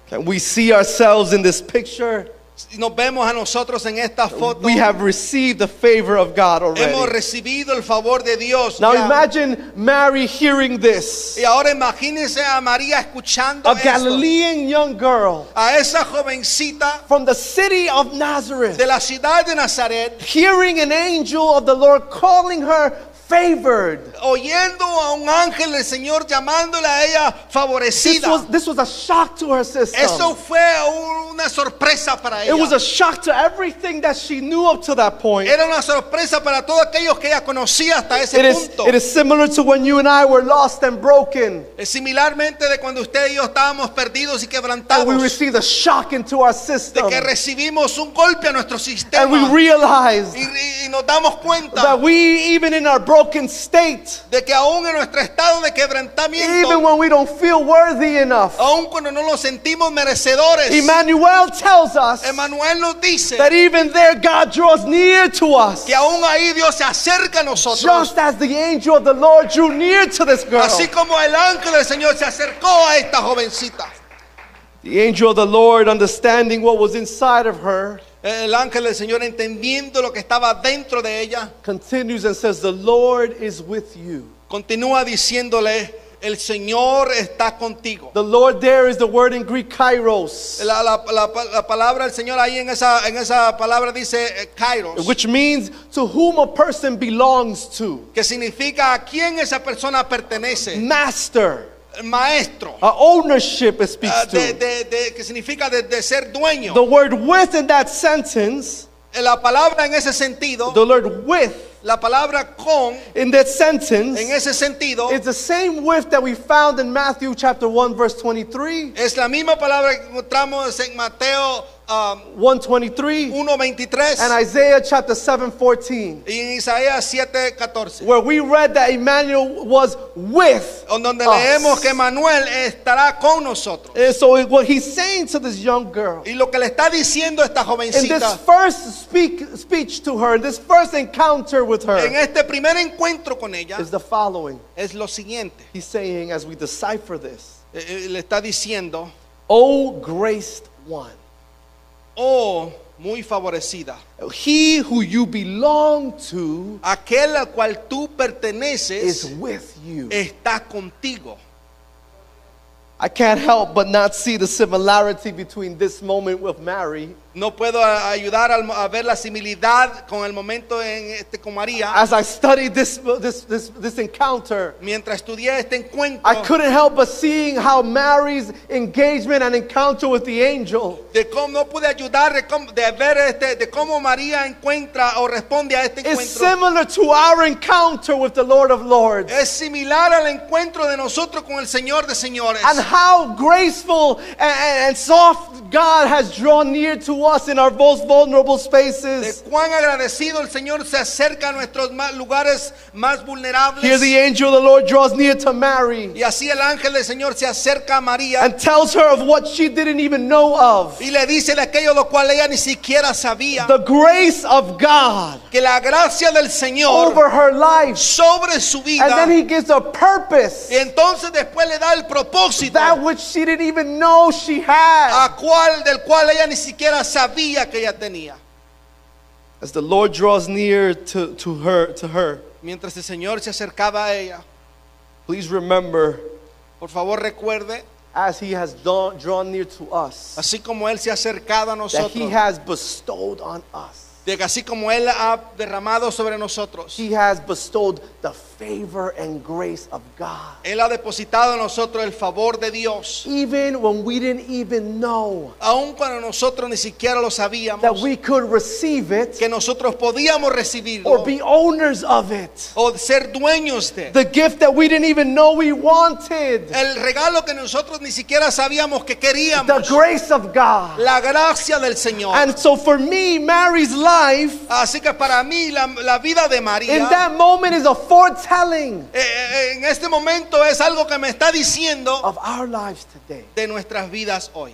[SPEAKER 2] Can we see ourselves in this picture?
[SPEAKER 3] Si Nos vemos a nosotros en esta foto.
[SPEAKER 2] We have received the favor of God
[SPEAKER 3] Hemos
[SPEAKER 2] already.
[SPEAKER 3] recibido el favor de Dios.
[SPEAKER 2] Now
[SPEAKER 3] ya.
[SPEAKER 2] imagine Mary hearing this.
[SPEAKER 3] y ahora imagínense a María escuchando
[SPEAKER 2] A
[SPEAKER 3] esto.
[SPEAKER 2] Galilean young girl
[SPEAKER 3] a esa jovencita
[SPEAKER 2] from the city of
[SPEAKER 3] de
[SPEAKER 2] Nazareth
[SPEAKER 3] la ciudad de Nazaret
[SPEAKER 2] hearing an angel of the Lord calling her favored.
[SPEAKER 3] oyendo a un ángel del Señor llamándola a ella
[SPEAKER 2] This
[SPEAKER 3] favorecida.
[SPEAKER 2] was, this was a shock to her
[SPEAKER 3] Eso
[SPEAKER 2] system.
[SPEAKER 3] fue un- una sorpresa para
[SPEAKER 2] It was
[SPEAKER 3] ella.
[SPEAKER 2] a shock to everything that she knew up to that point.
[SPEAKER 3] Era una sorpresa para todos aquellos que ella conocía hasta ese
[SPEAKER 2] It is,
[SPEAKER 3] punto.
[SPEAKER 2] it is similar to when you and I were lost and broken.
[SPEAKER 3] Eh, Similarmente de cuando usted y yo estábamos perdidos
[SPEAKER 2] And
[SPEAKER 3] y
[SPEAKER 2] we
[SPEAKER 3] quebrantados,
[SPEAKER 2] received a shock into our
[SPEAKER 3] de
[SPEAKER 2] system.
[SPEAKER 3] que recibimos un golpe a nuestro
[SPEAKER 2] And we
[SPEAKER 3] sistema
[SPEAKER 2] realized
[SPEAKER 3] y, y nos damos cuenta
[SPEAKER 2] that we, even in our broken state,
[SPEAKER 3] de que aún en nuestro estado de
[SPEAKER 2] even
[SPEAKER 3] quebrantamiento,
[SPEAKER 2] when we don't feel worthy enough,
[SPEAKER 3] aún cuando no nos sentimos merecedores,
[SPEAKER 2] Emmanuel tells us
[SPEAKER 3] Emanuel nos dice
[SPEAKER 2] that even there God draws near to us.
[SPEAKER 3] que aún ahí Dios se acerca a nosotros.
[SPEAKER 2] Just as the angel of the Lord drew near to this girl,
[SPEAKER 3] Así como el ángel del Señor se acercó a esta jovencita.
[SPEAKER 2] the angel of the Lord, understanding what was inside of her,
[SPEAKER 3] El ángel del Señor entendiendo lo que estaba dentro de ella,
[SPEAKER 2] continues and says, The Lord is with you.
[SPEAKER 3] continúa diciéndole, el Señor está contigo.
[SPEAKER 2] The Lord there is the word in Greek kairos.
[SPEAKER 3] La, la- la- la palabra del Señor ahí en esa, en esa palabra dice eh, kairos,
[SPEAKER 2] which means to whom a person belongs to.
[SPEAKER 3] que significa a quién esa persona pertenece,
[SPEAKER 2] Master,
[SPEAKER 3] maestro,
[SPEAKER 2] uh, ownership it
[SPEAKER 3] ah,
[SPEAKER 2] speaks
[SPEAKER 3] de-
[SPEAKER 2] to.
[SPEAKER 3] de- de- que significa de, de ser dueño.
[SPEAKER 2] The word with in that sentence,
[SPEAKER 3] La palabra en ese sentido,
[SPEAKER 2] the word with
[SPEAKER 3] la palabra con,
[SPEAKER 2] in that sentence,
[SPEAKER 3] en ese sentido,
[SPEAKER 2] is the same with that we found in Matthew chapter 1 verse 23,
[SPEAKER 3] es la misma palabra que encontramos en Mateo ah,
[SPEAKER 2] 123 and
[SPEAKER 3] 1.23
[SPEAKER 2] Isaiah chapter 7 14,
[SPEAKER 3] y en Isaías 7.14,
[SPEAKER 2] where we read that Emmanuel was with
[SPEAKER 3] en donde
[SPEAKER 2] us.
[SPEAKER 3] leemos que Manuel estará con nosotros.
[SPEAKER 2] And so what he's saying to this young girl
[SPEAKER 3] Y lo que le está diciendo esta
[SPEAKER 2] in this
[SPEAKER 3] jovencita,
[SPEAKER 2] first speak, speech to her, in this first encounter with
[SPEAKER 3] en
[SPEAKER 2] her,
[SPEAKER 3] este primer encuentro con ella,
[SPEAKER 2] is the following.
[SPEAKER 3] es lo siguiente.
[SPEAKER 2] He's saying, as we decipher this,
[SPEAKER 3] Eh, eh, Le está diciendo,
[SPEAKER 2] O graced one,
[SPEAKER 3] oh, muy favorecida,
[SPEAKER 2] he who you belong to
[SPEAKER 3] aquel al cual tú
[SPEAKER 2] is
[SPEAKER 3] perteneces
[SPEAKER 2] with you.
[SPEAKER 3] está contigo.
[SPEAKER 2] I can't help but not see the similarity between this moment with Mary
[SPEAKER 3] No puedo a- ayudar al mo- a ver la similitud con el momento en este con María.
[SPEAKER 2] as I studied this, this, this, this encounter.
[SPEAKER 3] Mientras estudié este encuentro,
[SPEAKER 2] I couldn't help but seeing how Mary's engagement and encounter with the angel
[SPEAKER 3] de cómo no pude ayudar de, cómo- de ver este, de cómo María encuentra o responde a este
[SPEAKER 2] is
[SPEAKER 3] encuentro.
[SPEAKER 2] similar to our encounter with the Lord of Lords.
[SPEAKER 3] Es similar al encuentro de nosotros con el Señor de señores.
[SPEAKER 2] and how graceful and, and- and soft God has drawn near to us in our most vulnerable
[SPEAKER 3] De
[SPEAKER 2] spaces.
[SPEAKER 3] cuán agradecido el Señor se acerca a nuestros más- lugares
[SPEAKER 2] Here,
[SPEAKER 3] más
[SPEAKER 2] the
[SPEAKER 3] vulnerables.
[SPEAKER 2] angel of the Lord draws near to Mary
[SPEAKER 3] Y así el ángel del Señor se acerca a María
[SPEAKER 2] and tells her of what she didn't even know of
[SPEAKER 3] y le dice de aquello lo cual ella ni siquiera sabía.
[SPEAKER 2] the grace of God
[SPEAKER 3] Que la gracia del Señor
[SPEAKER 2] over her life.
[SPEAKER 3] sobre su
[SPEAKER 2] And
[SPEAKER 3] vida.
[SPEAKER 2] then he gives a purpose
[SPEAKER 3] Y entonces después le da el propósito
[SPEAKER 2] that which she didn't even know she had.
[SPEAKER 3] a cual, del cual ella ni siquiera sabía que ella tenía.
[SPEAKER 2] As the Lord draws near to, to her, to her,
[SPEAKER 3] Mientras el Señor se acercaba a ella,
[SPEAKER 2] please remember,
[SPEAKER 3] por favor recuerde,
[SPEAKER 2] as he has drawn, drawn near to us,
[SPEAKER 3] así como Él se ha acercado
[SPEAKER 2] that
[SPEAKER 3] a nosotros,
[SPEAKER 2] he has bestowed on us.
[SPEAKER 3] de que así como Él ha derramado sobre nosotros,
[SPEAKER 2] He has bestowed the favor and grace of God.
[SPEAKER 3] Él ha depositado en nosotros el favor de Dios,
[SPEAKER 2] Even when we didn't even know
[SPEAKER 3] aun cuando nosotros ni siquiera lo
[SPEAKER 2] that
[SPEAKER 3] sabíamos,
[SPEAKER 2] we could receive it
[SPEAKER 3] que nosotros podíamos
[SPEAKER 2] or
[SPEAKER 3] recibirlo
[SPEAKER 2] be owners of it.
[SPEAKER 3] o ser dueños de.
[SPEAKER 2] The gift that we didn't even know we wanted.
[SPEAKER 3] El regalo que nosotros ni siquiera sabíamos que
[SPEAKER 2] The
[SPEAKER 3] queríamos,
[SPEAKER 2] grace of God.
[SPEAKER 3] la gracia del Señor.
[SPEAKER 2] And so for me, Mary's life
[SPEAKER 3] Así que para mí la, la vida de
[SPEAKER 2] in
[SPEAKER 3] María
[SPEAKER 2] that moment is a foretelling
[SPEAKER 3] eh, eh, en este momento es algo que me está diciendo
[SPEAKER 2] of our lives today.
[SPEAKER 3] de nuestras vidas hoy.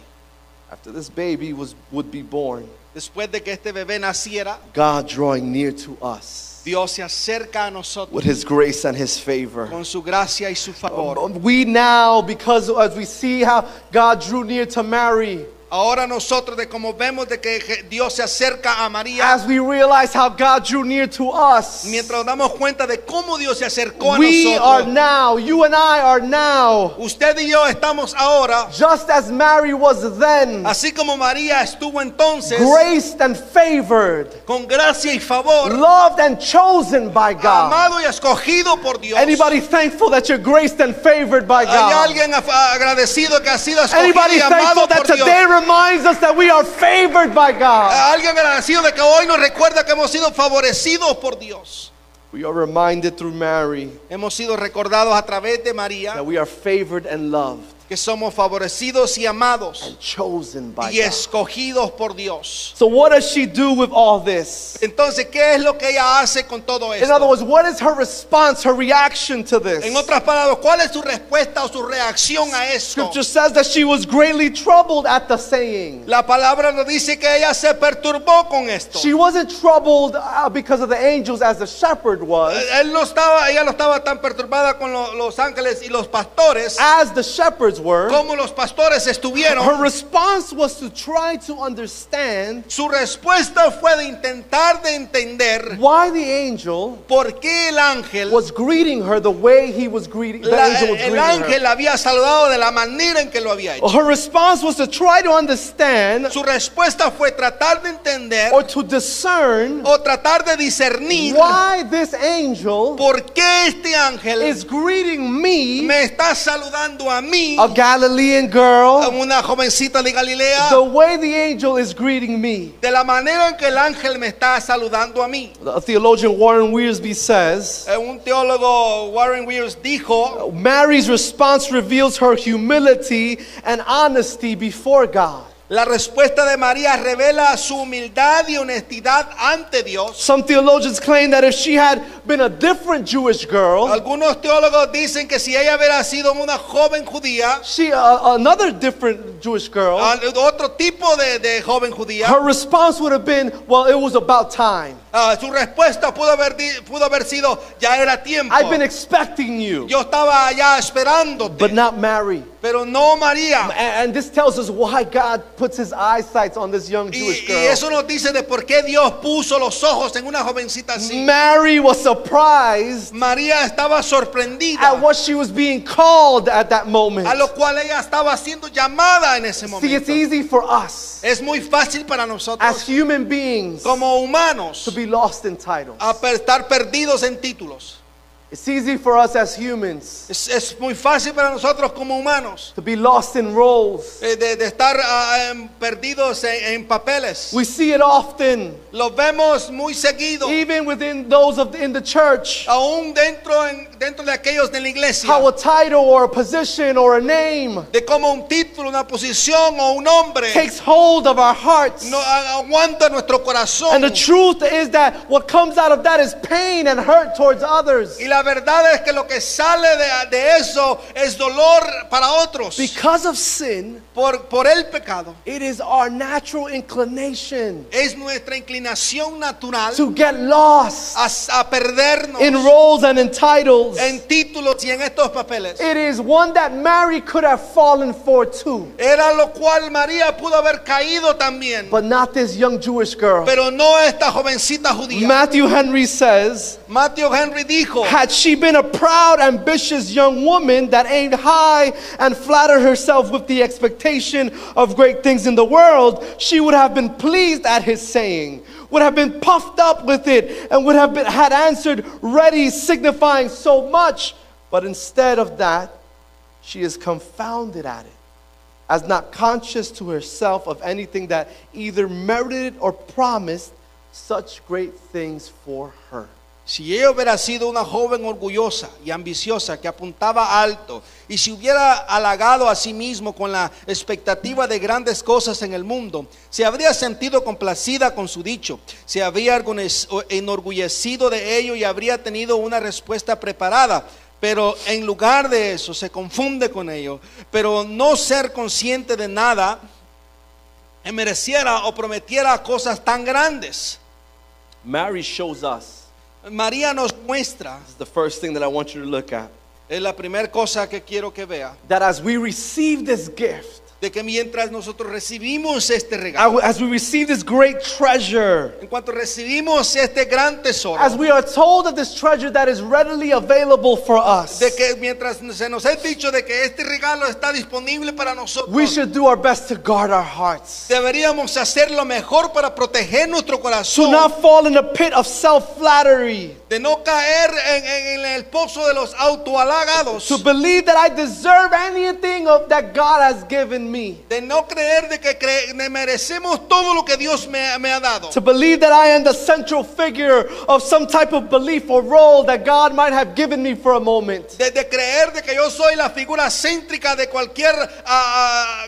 [SPEAKER 2] After this baby was would be born,
[SPEAKER 3] Después de que este bebé naciera,
[SPEAKER 2] God drawing near to us
[SPEAKER 3] Dios se acerca a
[SPEAKER 2] with
[SPEAKER 3] nosotros
[SPEAKER 2] his grace and his favor.
[SPEAKER 3] con su gracia y su favor.
[SPEAKER 2] We now, because as we see how God drew near to Mary,
[SPEAKER 3] Ahora nosotros de como vemos de que Je- Dios se acerca a María,
[SPEAKER 2] as we realize how God drew near to us,
[SPEAKER 3] mientras nos damos cuenta de cómo Dios se acercó a
[SPEAKER 2] we are
[SPEAKER 3] nosotros.
[SPEAKER 2] now, you and I are now,
[SPEAKER 3] Usted y yo estamos ahora,
[SPEAKER 2] just as Mary was then,
[SPEAKER 3] así como María estuvo entonces
[SPEAKER 2] graced and favored,
[SPEAKER 3] con gracia y favor,
[SPEAKER 2] loved and chosen by God.
[SPEAKER 3] Ah, amado y escogido por Dios.
[SPEAKER 2] Anybody thankful that you're graced and favored by
[SPEAKER 3] Hay
[SPEAKER 2] God?
[SPEAKER 3] alguien af- agradecido que ha sido escogido
[SPEAKER 2] Anybody
[SPEAKER 3] y
[SPEAKER 2] thankful
[SPEAKER 3] amado
[SPEAKER 2] that
[SPEAKER 3] por
[SPEAKER 2] today
[SPEAKER 3] Dios. Ah.
[SPEAKER 2] reminds us that we are favored by God?
[SPEAKER 3] Alguien agradecido de que hoy nos recuerda que hemos sido favorecidos por Dios.
[SPEAKER 2] We are reminded through Mary
[SPEAKER 3] Hemos sido recordados a través de María
[SPEAKER 2] that we are favored and loved.
[SPEAKER 3] que somos favorecidos y amados
[SPEAKER 2] chosen by
[SPEAKER 3] y escogidos por Dios.
[SPEAKER 2] So what does she do with all this?
[SPEAKER 3] Entonces, ¿qué es lo que ella hace con todo
[SPEAKER 2] In other
[SPEAKER 3] esto?
[SPEAKER 2] words, what is her response, her reaction to this?
[SPEAKER 3] En otras palabras, ¿cuál es su respuesta o su reacción a esto?
[SPEAKER 2] Scripture says that she was greatly troubled at the saying.
[SPEAKER 3] La palabra nos dice que ella se perturbó con esto.
[SPEAKER 2] She wasn't troubled uh, because of the angels as the shepherd was.
[SPEAKER 3] Él no estaba, ella no estaba tan perturbada con lo- los ángeles y los pastores.
[SPEAKER 2] As the shepherds were,
[SPEAKER 3] como los pastores
[SPEAKER 2] her
[SPEAKER 3] estuvieron,
[SPEAKER 2] response was to try to understand
[SPEAKER 3] su respuesta fue de intentar de entender
[SPEAKER 2] why the angel
[SPEAKER 3] por qué el ángel,
[SPEAKER 2] was greeting her the way he was greeting. The
[SPEAKER 3] la-
[SPEAKER 2] angel was
[SPEAKER 3] el
[SPEAKER 2] greeting
[SPEAKER 3] ángel
[SPEAKER 2] her. Oh.
[SPEAKER 3] la había saludado de la manera en que lo había hecho.
[SPEAKER 2] Her response was to try to understand
[SPEAKER 3] Su respuesta fue tratar de entender
[SPEAKER 2] or to discern
[SPEAKER 3] o tratar de discernir
[SPEAKER 2] why this angel
[SPEAKER 3] por qué este ángel
[SPEAKER 2] is greeting me,
[SPEAKER 3] me está saludando a mí,
[SPEAKER 2] a Galilean
[SPEAKER 3] a
[SPEAKER 2] girl,
[SPEAKER 3] una jovencita de Galilea,
[SPEAKER 2] the way the angel is greeting me.
[SPEAKER 3] de la manera en que el ángel me está saludando a mí.
[SPEAKER 2] The theologian Warren Wearsby says
[SPEAKER 3] Eh, Un teólogo Warren Wears dijo
[SPEAKER 2] Mary's response reveals her humility and honesty before God.
[SPEAKER 3] La respuesta de María revela su humildad y honestidad ante Dios.
[SPEAKER 2] Some theologians claim that if she had been a different Jewish girl,
[SPEAKER 3] Algunos teólogos dicen que si ella hubiera sido una joven judía,
[SPEAKER 2] she uh, another different Jewish girl,
[SPEAKER 3] al- otro tipo de, de joven judía,
[SPEAKER 2] her response would have been, "Well, it was about time.
[SPEAKER 3] ah, su respuesta pudo haber, di- pudo haber sido, ya era tiempo.
[SPEAKER 2] I've been expecting you."
[SPEAKER 3] Yo estaba allá esperándote,
[SPEAKER 2] But not Mary.
[SPEAKER 3] pero no María.
[SPEAKER 2] And, and this tells us why God puts his eyesight on this young
[SPEAKER 3] Y,
[SPEAKER 2] Jewish
[SPEAKER 3] y
[SPEAKER 2] girl.
[SPEAKER 3] eso nos dice de por qué Dios puso los ojos en una jovencita así.
[SPEAKER 2] Mary was surprised
[SPEAKER 3] María estaba
[SPEAKER 2] at
[SPEAKER 3] sorprendida,
[SPEAKER 2] what she was being called at that moment.
[SPEAKER 3] a lo cual ella estaba siendo llamada en ese
[SPEAKER 2] See, it's
[SPEAKER 3] momento.
[SPEAKER 2] easy for us
[SPEAKER 3] Es muy fácil para
[SPEAKER 2] as
[SPEAKER 3] nosotros
[SPEAKER 2] human beings
[SPEAKER 3] como humanos
[SPEAKER 2] to be lost in titles.
[SPEAKER 3] a per- estar perdidos en títulos.
[SPEAKER 2] It's easy for us as humans
[SPEAKER 3] Es, es muy fácil para nosotros como humanos
[SPEAKER 2] to be lost in roles.
[SPEAKER 3] eh, de, de estar ah, em, perdidos en, en papeles.
[SPEAKER 2] We see it often,
[SPEAKER 3] Los vemos muy seguido,
[SPEAKER 2] even within those of in the church,
[SPEAKER 3] aún dentro, en- dentro de aquellos de la iglesia,
[SPEAKER 2] how a title or a position or a name
[SPEAKER 3] de cómo un título, una posición o un nombre
[SPEAKER 2] takes hold of our hearts.
[SPEAKER 3] no a- aguanta nuestro corazón.
[SPEAKER 2] And the truth is that what comes out of that is pain and hurt towards others.
[SPEAKER 3] Y la verdad es que lo que sale de, de eso es dolor para otros.
[SPEAKER 2] Because of sin,
[SPEAKER 3] Por, por el pecado.
[SPEAKER 2] it is our natural inclination
[SPEAKER 3] Es nuestra inclinación natural
[SPEAKER 2] to get lost
[SPEAKER 3] a, a perdernos
[SPEAKER 2] in roles and in titles.
[SPEAKER 3] en títulos y en estos papeles.
[SPEAKER 2] It is one that Mary could have fallen for too,
[SPEAKER 3] Era lo cual María pudo haber caído también.
[SPEAKER 2] but not this young Jewish girl.
[SPEAKER 3] Pero no esta jovencita judía.
[SPEAKER 2] Matthew Henry says,
[SPEAKER 3] Matthew Henry dijo,
[SPEAKER 2] had she been a proud, ambitious young woman that aimed high and flattered herself with the expectation of great things in the world, she would have been pleased at his saying, would have been puffed up with it, and would have been, had answered ready, signifying so much. But instead of that, she is confounded at it, as not conscious to herself of anything that either merited or promised such great things for her.
[SPEAKER 3] si ella hubiera sido una joven orgullosa y ambiciosa que apuntaba alto y si hubiera halagado a sí mismo con la expectativa de grandes cosas en el mundo, se habría sentido complacida con su dicho, se habría orgulles- o- enorgullecido de ello y habría tenido una respuesta preparada. Pero en lugar de eso, se confunde con ello. Pero no ser consciente de nada mereciera o prometiera cosas tan grandes.
[SPEAKER 2] Mary shows us.
[SPEAKER 3] María nos muestra,
[SPEAKER 2] This is the first thing that I want you to look at.
[SPEAKER 3] es la primera cosa que quiero que vea,
[SPEAKER 2] That as we receive this gift,
[SPEAKER 3] de que mientras nosotros recibimos este regalo,
[SPEAKER 2] as we receive this great treasure,
[SPEAKER 3] en cuanto recibimos este gran
[SPEAKER 2] as
[SPEAKER 3] tesoro,
[SPEAKER 2] we are told of this treasure that is readily available for us,
[SPEAKER 3] de que mientras se nos ha dicho de que este regalo está disponible para
[SPEAKER 2] we
[SPEAKER 3] nosotros,
[SPEAKER 2] should do our best to guard our hearts.
[SPEAKER 3] deberíamos hacer lo mejor para proteger nuestro
[SPEAKER 2] To
[SPEAKER 3] corazón,
[SPEAKER 2] not fall in the pit of self flattery.
[SPEAKER 3] de no caer en, en- en el pozo de los autohalagados.
[SPEAKER 2] To believe that I deserve anything of that God has given me.
[SPEAKER 3] De no creer de que cre- de merecemos todo lo que Dios me, me ha dado.
[SPEAKER 2] To believe that I am the central figure of some type of belief or role that God might have given me for a moment.
[SPEAKER 3] de, de creer de que yo soy la figura céntrica de cualquier ah, ah,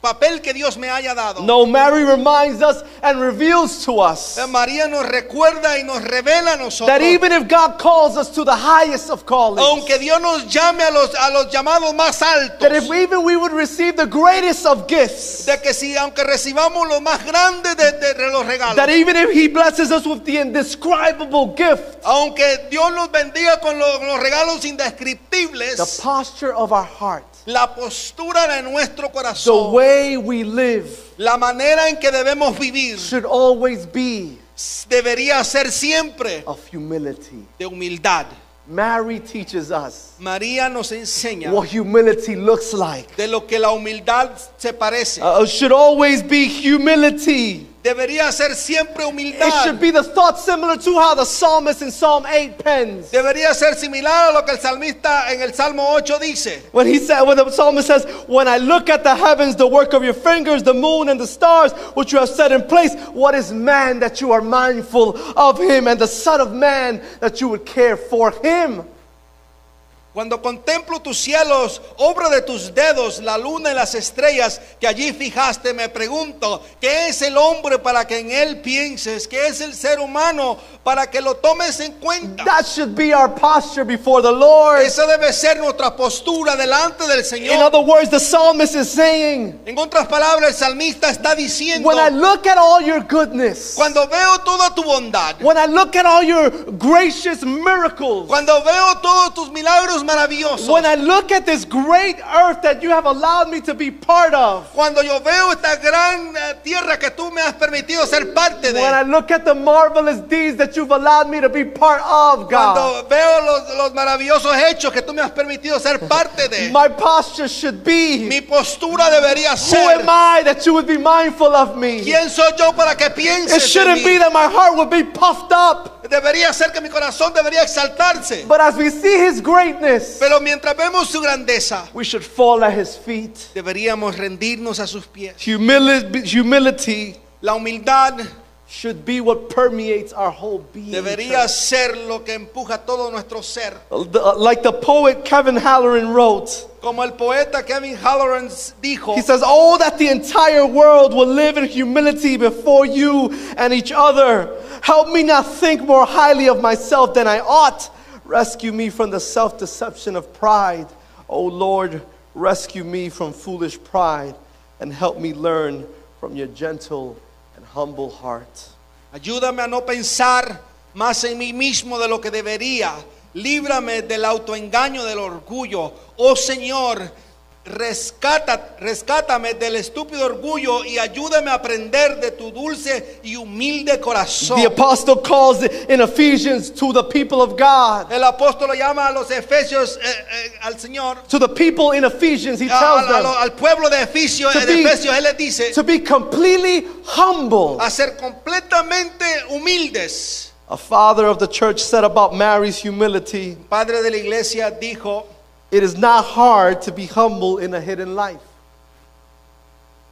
[SPEAKER 3] papel que Dios me haya dado.
[SPEAKER 2] No, Mary reminds us and reveals to us
[SPEAKER 3] Eh, María nos recuerda y nos revela a nosotros.
[SPEAKER 2] that even if God calls us to the highest of callings,
[SPEAKER 3] aunque Dios nos llame a los, a los llamados más altos,
[SPEAKER 2] that if even we would receive the greatest of gifts,
[SPEAKER 3] de que si aunque recibamos lo más grande de, de- de los regalos,
[SPEAKER 2] that even if He blesses us with the indescribable gift,
[SPEAKER 3] aunque Dios nos bendiga con lo- los regalos indescriptibles,
[SPEAKER 2] the posture of our heart,
[SPEAKER 3] la postura de nuestro
[SPEAKER 2] the
[SPEAKER 3] corazón,
[SPEAKER 2] way we live,
[SPEAKER 3] la manera en que debemos vivir,
[SPEAKER 2] should always be
[SPEAKER 3] debería ser siempre
[SPEAKER 2] of humility.
[SPEAKER 3] de humildad.
[SPEAKER 2] Mary teaches us
[SPEAKER 3] María nos enseña
[SPEAKER 2] what humility looks like.
[SPEAKER 3] de lo que la humildad se parece.
[SPEAKER 2] Uh, it should always be humility.
[SPEAKER 3] Debería ser siempre
[SPEAKER 2] It
[SPEAKER 3] humildad.
[SPEAKER 2] should be the thought similar to how the psalmist in Psalm 8 pens.
[SPEAKER 3] Debería ser similar a lo que el salmista en el Salmo 8 dice.
[SPEAKER 2] When he said, when the psalmist says, "When I look at the heavens, the work of your fingers, the moon and the stars, which you have set in place, what is man that you are mindful of him, and the son of man that you would care for him?"
[SPEAKER 3] Cuando contemplo tus cielos, obra de tus dedos, la luna y las estrellas que allí fijaste, me pregunto, ¿qué es el hombre para que en él pienses? ¿Qué es el ser humano para que lo tomes en cuenta?
[SPEAKER 2] That should be our posture before the Lord.
[SPEAKER 3] Esa debe ser nuestra postura delante del
[SPEAKER 2] In
[SPEAKER 3] Señor.
[SPEAKER 2] other words, the psalmist is saying,
[SPEAKER 3] En otras palabras, el salmista está diciendo,
[SPEAKER 2] "When I look at all your goodness,
[SPEAKER 3] cuando veo toda tu bondad,
[SPEAKER 2] when I look at all your gracious miracles,
[SPEAKER 3] Cuando veo todos tus milagros maravillosos.
[SPEAKER 2] when I look at this great earth that you have allowed me to be part of."
[SPEAKER 3] cuando yo veo esta gran eh, tierra que tú me has permitido ser parte de.
[SPEAKER 2] When I look at the marvelous deeds that you've allowed me to be part of, God,
[SPEAKER 3] cuando veo los, los maravillosos hechos que tú me has permitido ser parte de.
[SPEAKER 2] my posture should be
[SPEAKER 3] mi postura debería
[SPEAKER 2] Who
[SPEAKER 3] ser.
[SPEAKER 2] am I that you would be mindful of me?
[SPEAKER 3] ¿Quién soy yo para que
[SPEAKER 2] It
[SPEAKER 3] pienses de
[SPEAKER 2] shouldn't
[SPEAKER 3] mí?
[SPEAKER 2] be that my heart would be puffed up.
[SPEAKER 3] Debería ser que mi corazón debería exaltarse.
[SPEAKER 2] But as we see his greatness,
[SPEAKER 3] Pero mientras vemos su grandeza,
[SPEAKER 2] we should fall at his feet.
[SPEAKER 3] deberíamos rendirnos a sus pies.
[SPEAKER 2] Humility, humility
[SPEAKER 3] La humildad
[SPEAKER 2] should be what permeates our whole being.
[SPEAKER 3] debería ser lo que empuja todo nuestro ser.
[SPEAKER 2] The- Like the poet Kevin Halloran wrote,
[SPEAKER 3] Como el poeta Kevin Halloran dijo,
[SPEAKER 2] he says, Oh, that the entire world will live in humility before you and each other. Help me not think more highly of myself than I ought. Rescue me from the self deception of pride. Oh Lord, rescue me from foolish pride and help me learn from your gentle and humble heart.
[SPEAKER 3] ayúdame a no pensar más en mí mismo de lo que debería. Líbrame del autoengaño, del orgullo. Oh Señor, rescata, rescátame del estúpido orgullo y ayúdame a aprender de tu dulce y humilde corazón.
[SPEAKER 2] The apostle calls in Ephesians to the people of God.
[SPEAKER 3] El apóstol llama a los efesios, eh, eh, al Señor,
[SPEAKER 2] To the people in Ephesians, he
[SPEAKER 3] a-
[SPEAKER 2] tells
[SPEAKER 3] a- a
[SPEAKER 2] them
[SPEAKER 3] lo- al pueblo de Efesios,
[SPEAKER 2] to
[SPEAKER 3] de
[SPEAKER 2] be-
[SPEAKER 3] Efesios, él les dice
[SPEAKER 2] to be completely humble.
[SPEAKER 3] a ser completamente humildes.
[SPEAKER 2] A father of the church said about Mary's humility
[SPEAKER 3] Padre de la iglesia dijo,
[SPEAKER 2] it is not hard to be humble in a hidden life,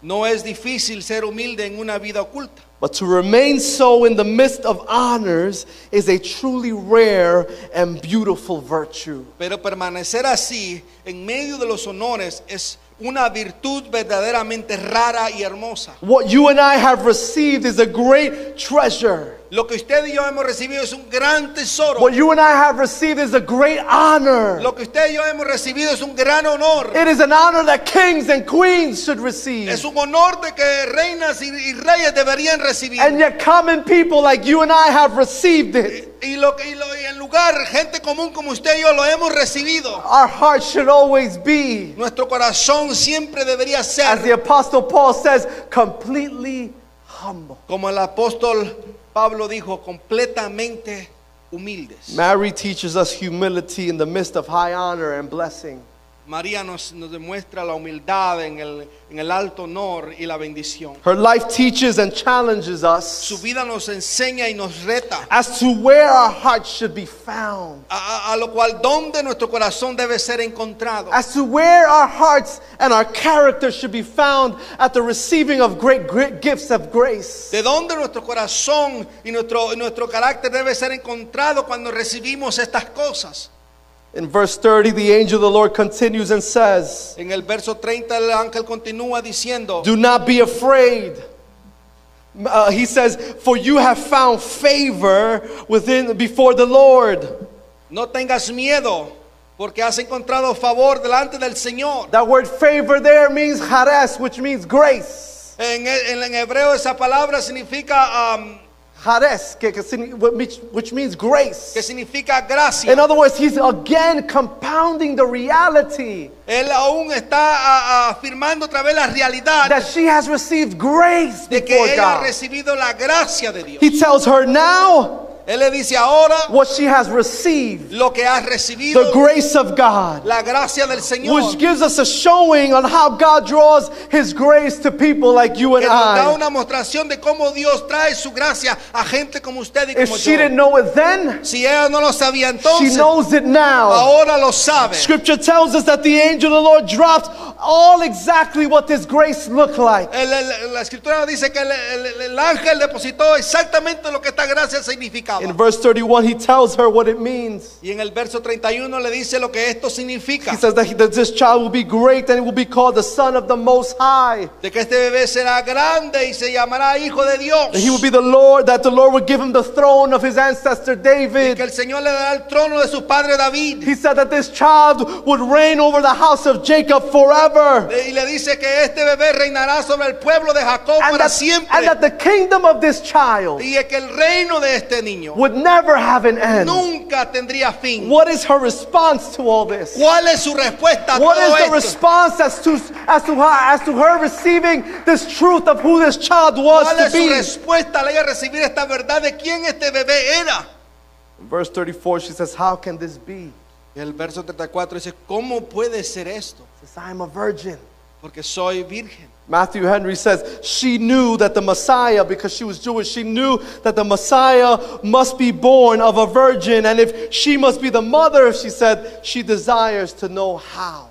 [SPEAKER 3] no es difícil ser humilde en una vida oculta,
[SPEAKER 2] but to remain so in the midst of honors is a truly rare and beautiful virtue.
[SPEAKER 3] pero permanecer así en medio de los honores es una virtud verdaderamente rara y hermosa.
[SPEAKER 2] What you and I have received is a great treasure.
[SPEAKER 3] Lo que usted y yo hemos recibido es un gran tesoro.
[SPEAKER 2] What you and I have received is a great honor.
[SPEAKER 3] Lo que usted y yo hemos recibido es un gran honor.
[SPEAKER 2] It is an honor that kings and queens should receive.
[SPEAKER 3] Es un honor de que reinas y, y reyes deberían recibir.
[SPEAKER 2] And yet, common people like you and I have received it.
[SPEAKER 3] y, lo, que- y, lo, y en lugar, gente común como usted y yo lo hemos recibido.
[SPEAKER 2] Our heart should always be,
[SPEAKER 3] Nuestro corazón siempre debería
[SPEAKER 2] as the
[SPEAKER 3] ser,
[SPEAKER 2] Apostle Paul says, completely humble.
[SPEAKER 3] como el apóstol Pablo dijo, completamente humildes.
[SPEAKER 2] Mary teaches us humility in the midst of high honor and blessing.
[SPEAKER 3] María nos, nos demuestra la humildad en el, en el alto honor y la bendición.
[SPEAKER 2] Her life teaches and challenges us
[SPEAKER 3] Su vida nos enseña y nos reta
[SPEAKER 2] as to where our heart should be found,
[SPEAKER 3] a, a- a lo cual donde nuestro corazón debe ser encontrado.
[SPEAKER 2] as to where our hearts and our character should be found at the receiving of great, great gifts of grace.
[SPEAKER 3] De dónde nuestro corazón y nuestro, y nuestro carácter debe ser encontrado cuando recibimos estas cosas.
[SPEAKER 2] In verse 30, the angel of the Lord continues and says,
[SPEAKER 3] En el verso 30 el ángel continúa diciendo,
[SPEAKER 2] Do not be afraid. Uh, he says, For you have found favor within before the Lord.
[SPEAKER 3] no tengas miedo porque has encontrado favor delante del Señor.
[SPEAKER 2] That word favor there means chares, which means grace.
[SPEAKER 3] En, en- en hebreo esa palabra significa, am,
[SPEAKER 2] Chares, que- que signi- which, which means grace.
[SPEAKER 3] que significa gracia.
[SPEAKER 2] In other words, he's again compounding the reality
[SPEAKER 3] Él aún está a- a- afirmando otra vez la realidad
[SPEAKER 2] that she has received grace
[SPEAKER 3] de que
[SPEAKER 2] before
[SPEAKER 3] ella ha
[SPEAKER 2] God.
[SPEAKER 3] recibido la gracia de Dios.
[SPEAKER 2] He tells her now
[SPEAKER 3] Él le dice ahora
[SPEAKER 2] what she has received
[SPEAKER 3] lo que has
[SPEAKER 2] the
[SPEAKER 3] recibido,
[SPEAKER 2] grace of God.
[SPEAKER 3] la gracia del Señor.
[SPEAKER 2] which gives us a showing on how God draws His grace to people like you and
[SPEAKER 3] que nos da
[SPEAKER 2] I.
[SPEAKER 3] una mostración de cómo Dios trae su gracia a gente como usted y
[SPEAKER 2] If
[SPEAKER 3] como
[SPEAKER 2] she
[SPEAKER 3] yo.
[SPEAKER 2] didn't know it then,
[SPEAKER 3] Si ella no lo sabía
[SPEAKER 2] she
[SPEAKER 3] entonces,
[SPEAKER 2] knows it now.
[SPEAKER 3] ahora lo sabe.
[SPEAKER 2] Scripture tells us that the angel of the Lord dropped all exactly what this grace looked like.
[SPEAKER 3] El- el- la escritura nos dice que el, el- el ángel depositó exactamente lo que esta gracia significaba.
[SPEAKER 2] In verse 31, he tells her what it means.
[SPEAKER 3] Y en el verso 31 le dice lo que esto significa.
[SPEAKER 2] He says that, he- that this child will be great and he will be called the Son of the Most High.
[SPEAKER 3] De que este bebé será grande y se llamará hijo de Dios.
[SPEAKER 2] That he will be the Lord, that the Lord will give him the throne of his ancestor David.
[SPEAKER 3] que el Señor le dará el trono de su padre David.
[SPEAKER 2] He said that this child would reign over the house of Jacob forever.
[SPEAKER 3] Y le dice que este bebé reinará sobre el pueblo de Jacob
[SPEAKER 2] and
[SPEAKER 3] para
[SPEAKER 2] that,
[SPEAKER 3] siempre.
[SPEAKER 2] and that the kingdom of this child
[SPEAKER 3] y es que el reino de este niño
[SPEAKER 2] would never have an end.
[SPEAKER 3] nunca tendría fin.
[SPEAKER 2] What is her response to all this?
[SPEAKER 3] ¿Cuál es su respuesta a
[SPEAKER 2] What
[SPEAKER 3] todo
[SPEAKER 2] is the
[SPEAKER 3] esto?
[SPEAKER 2] response as to as to her, as to her receiving this truth of who this child was
[SPEAKER 3] ¿Cuál es su
[SPEAKER 2] to
[SPEAKER 3] respuesta al ella recibir esta verdad de quién este bebé era?
[SPEAKER 2] be? Verse 34, she says, "How can this be?
[SPEAKER 3] El verso 34 dice, ¿cómo puede ser esto?
[SPEAKER 2] Since I am a virgin."
[SPEAKER 3] porque soy virgen.
[SPEAKER 2] Matthew Henry says she knew that the Messiah, because she was Jewish, she knew that the Messiah must be born of a virgin. And if she must be the mother, she said, she desires to know how.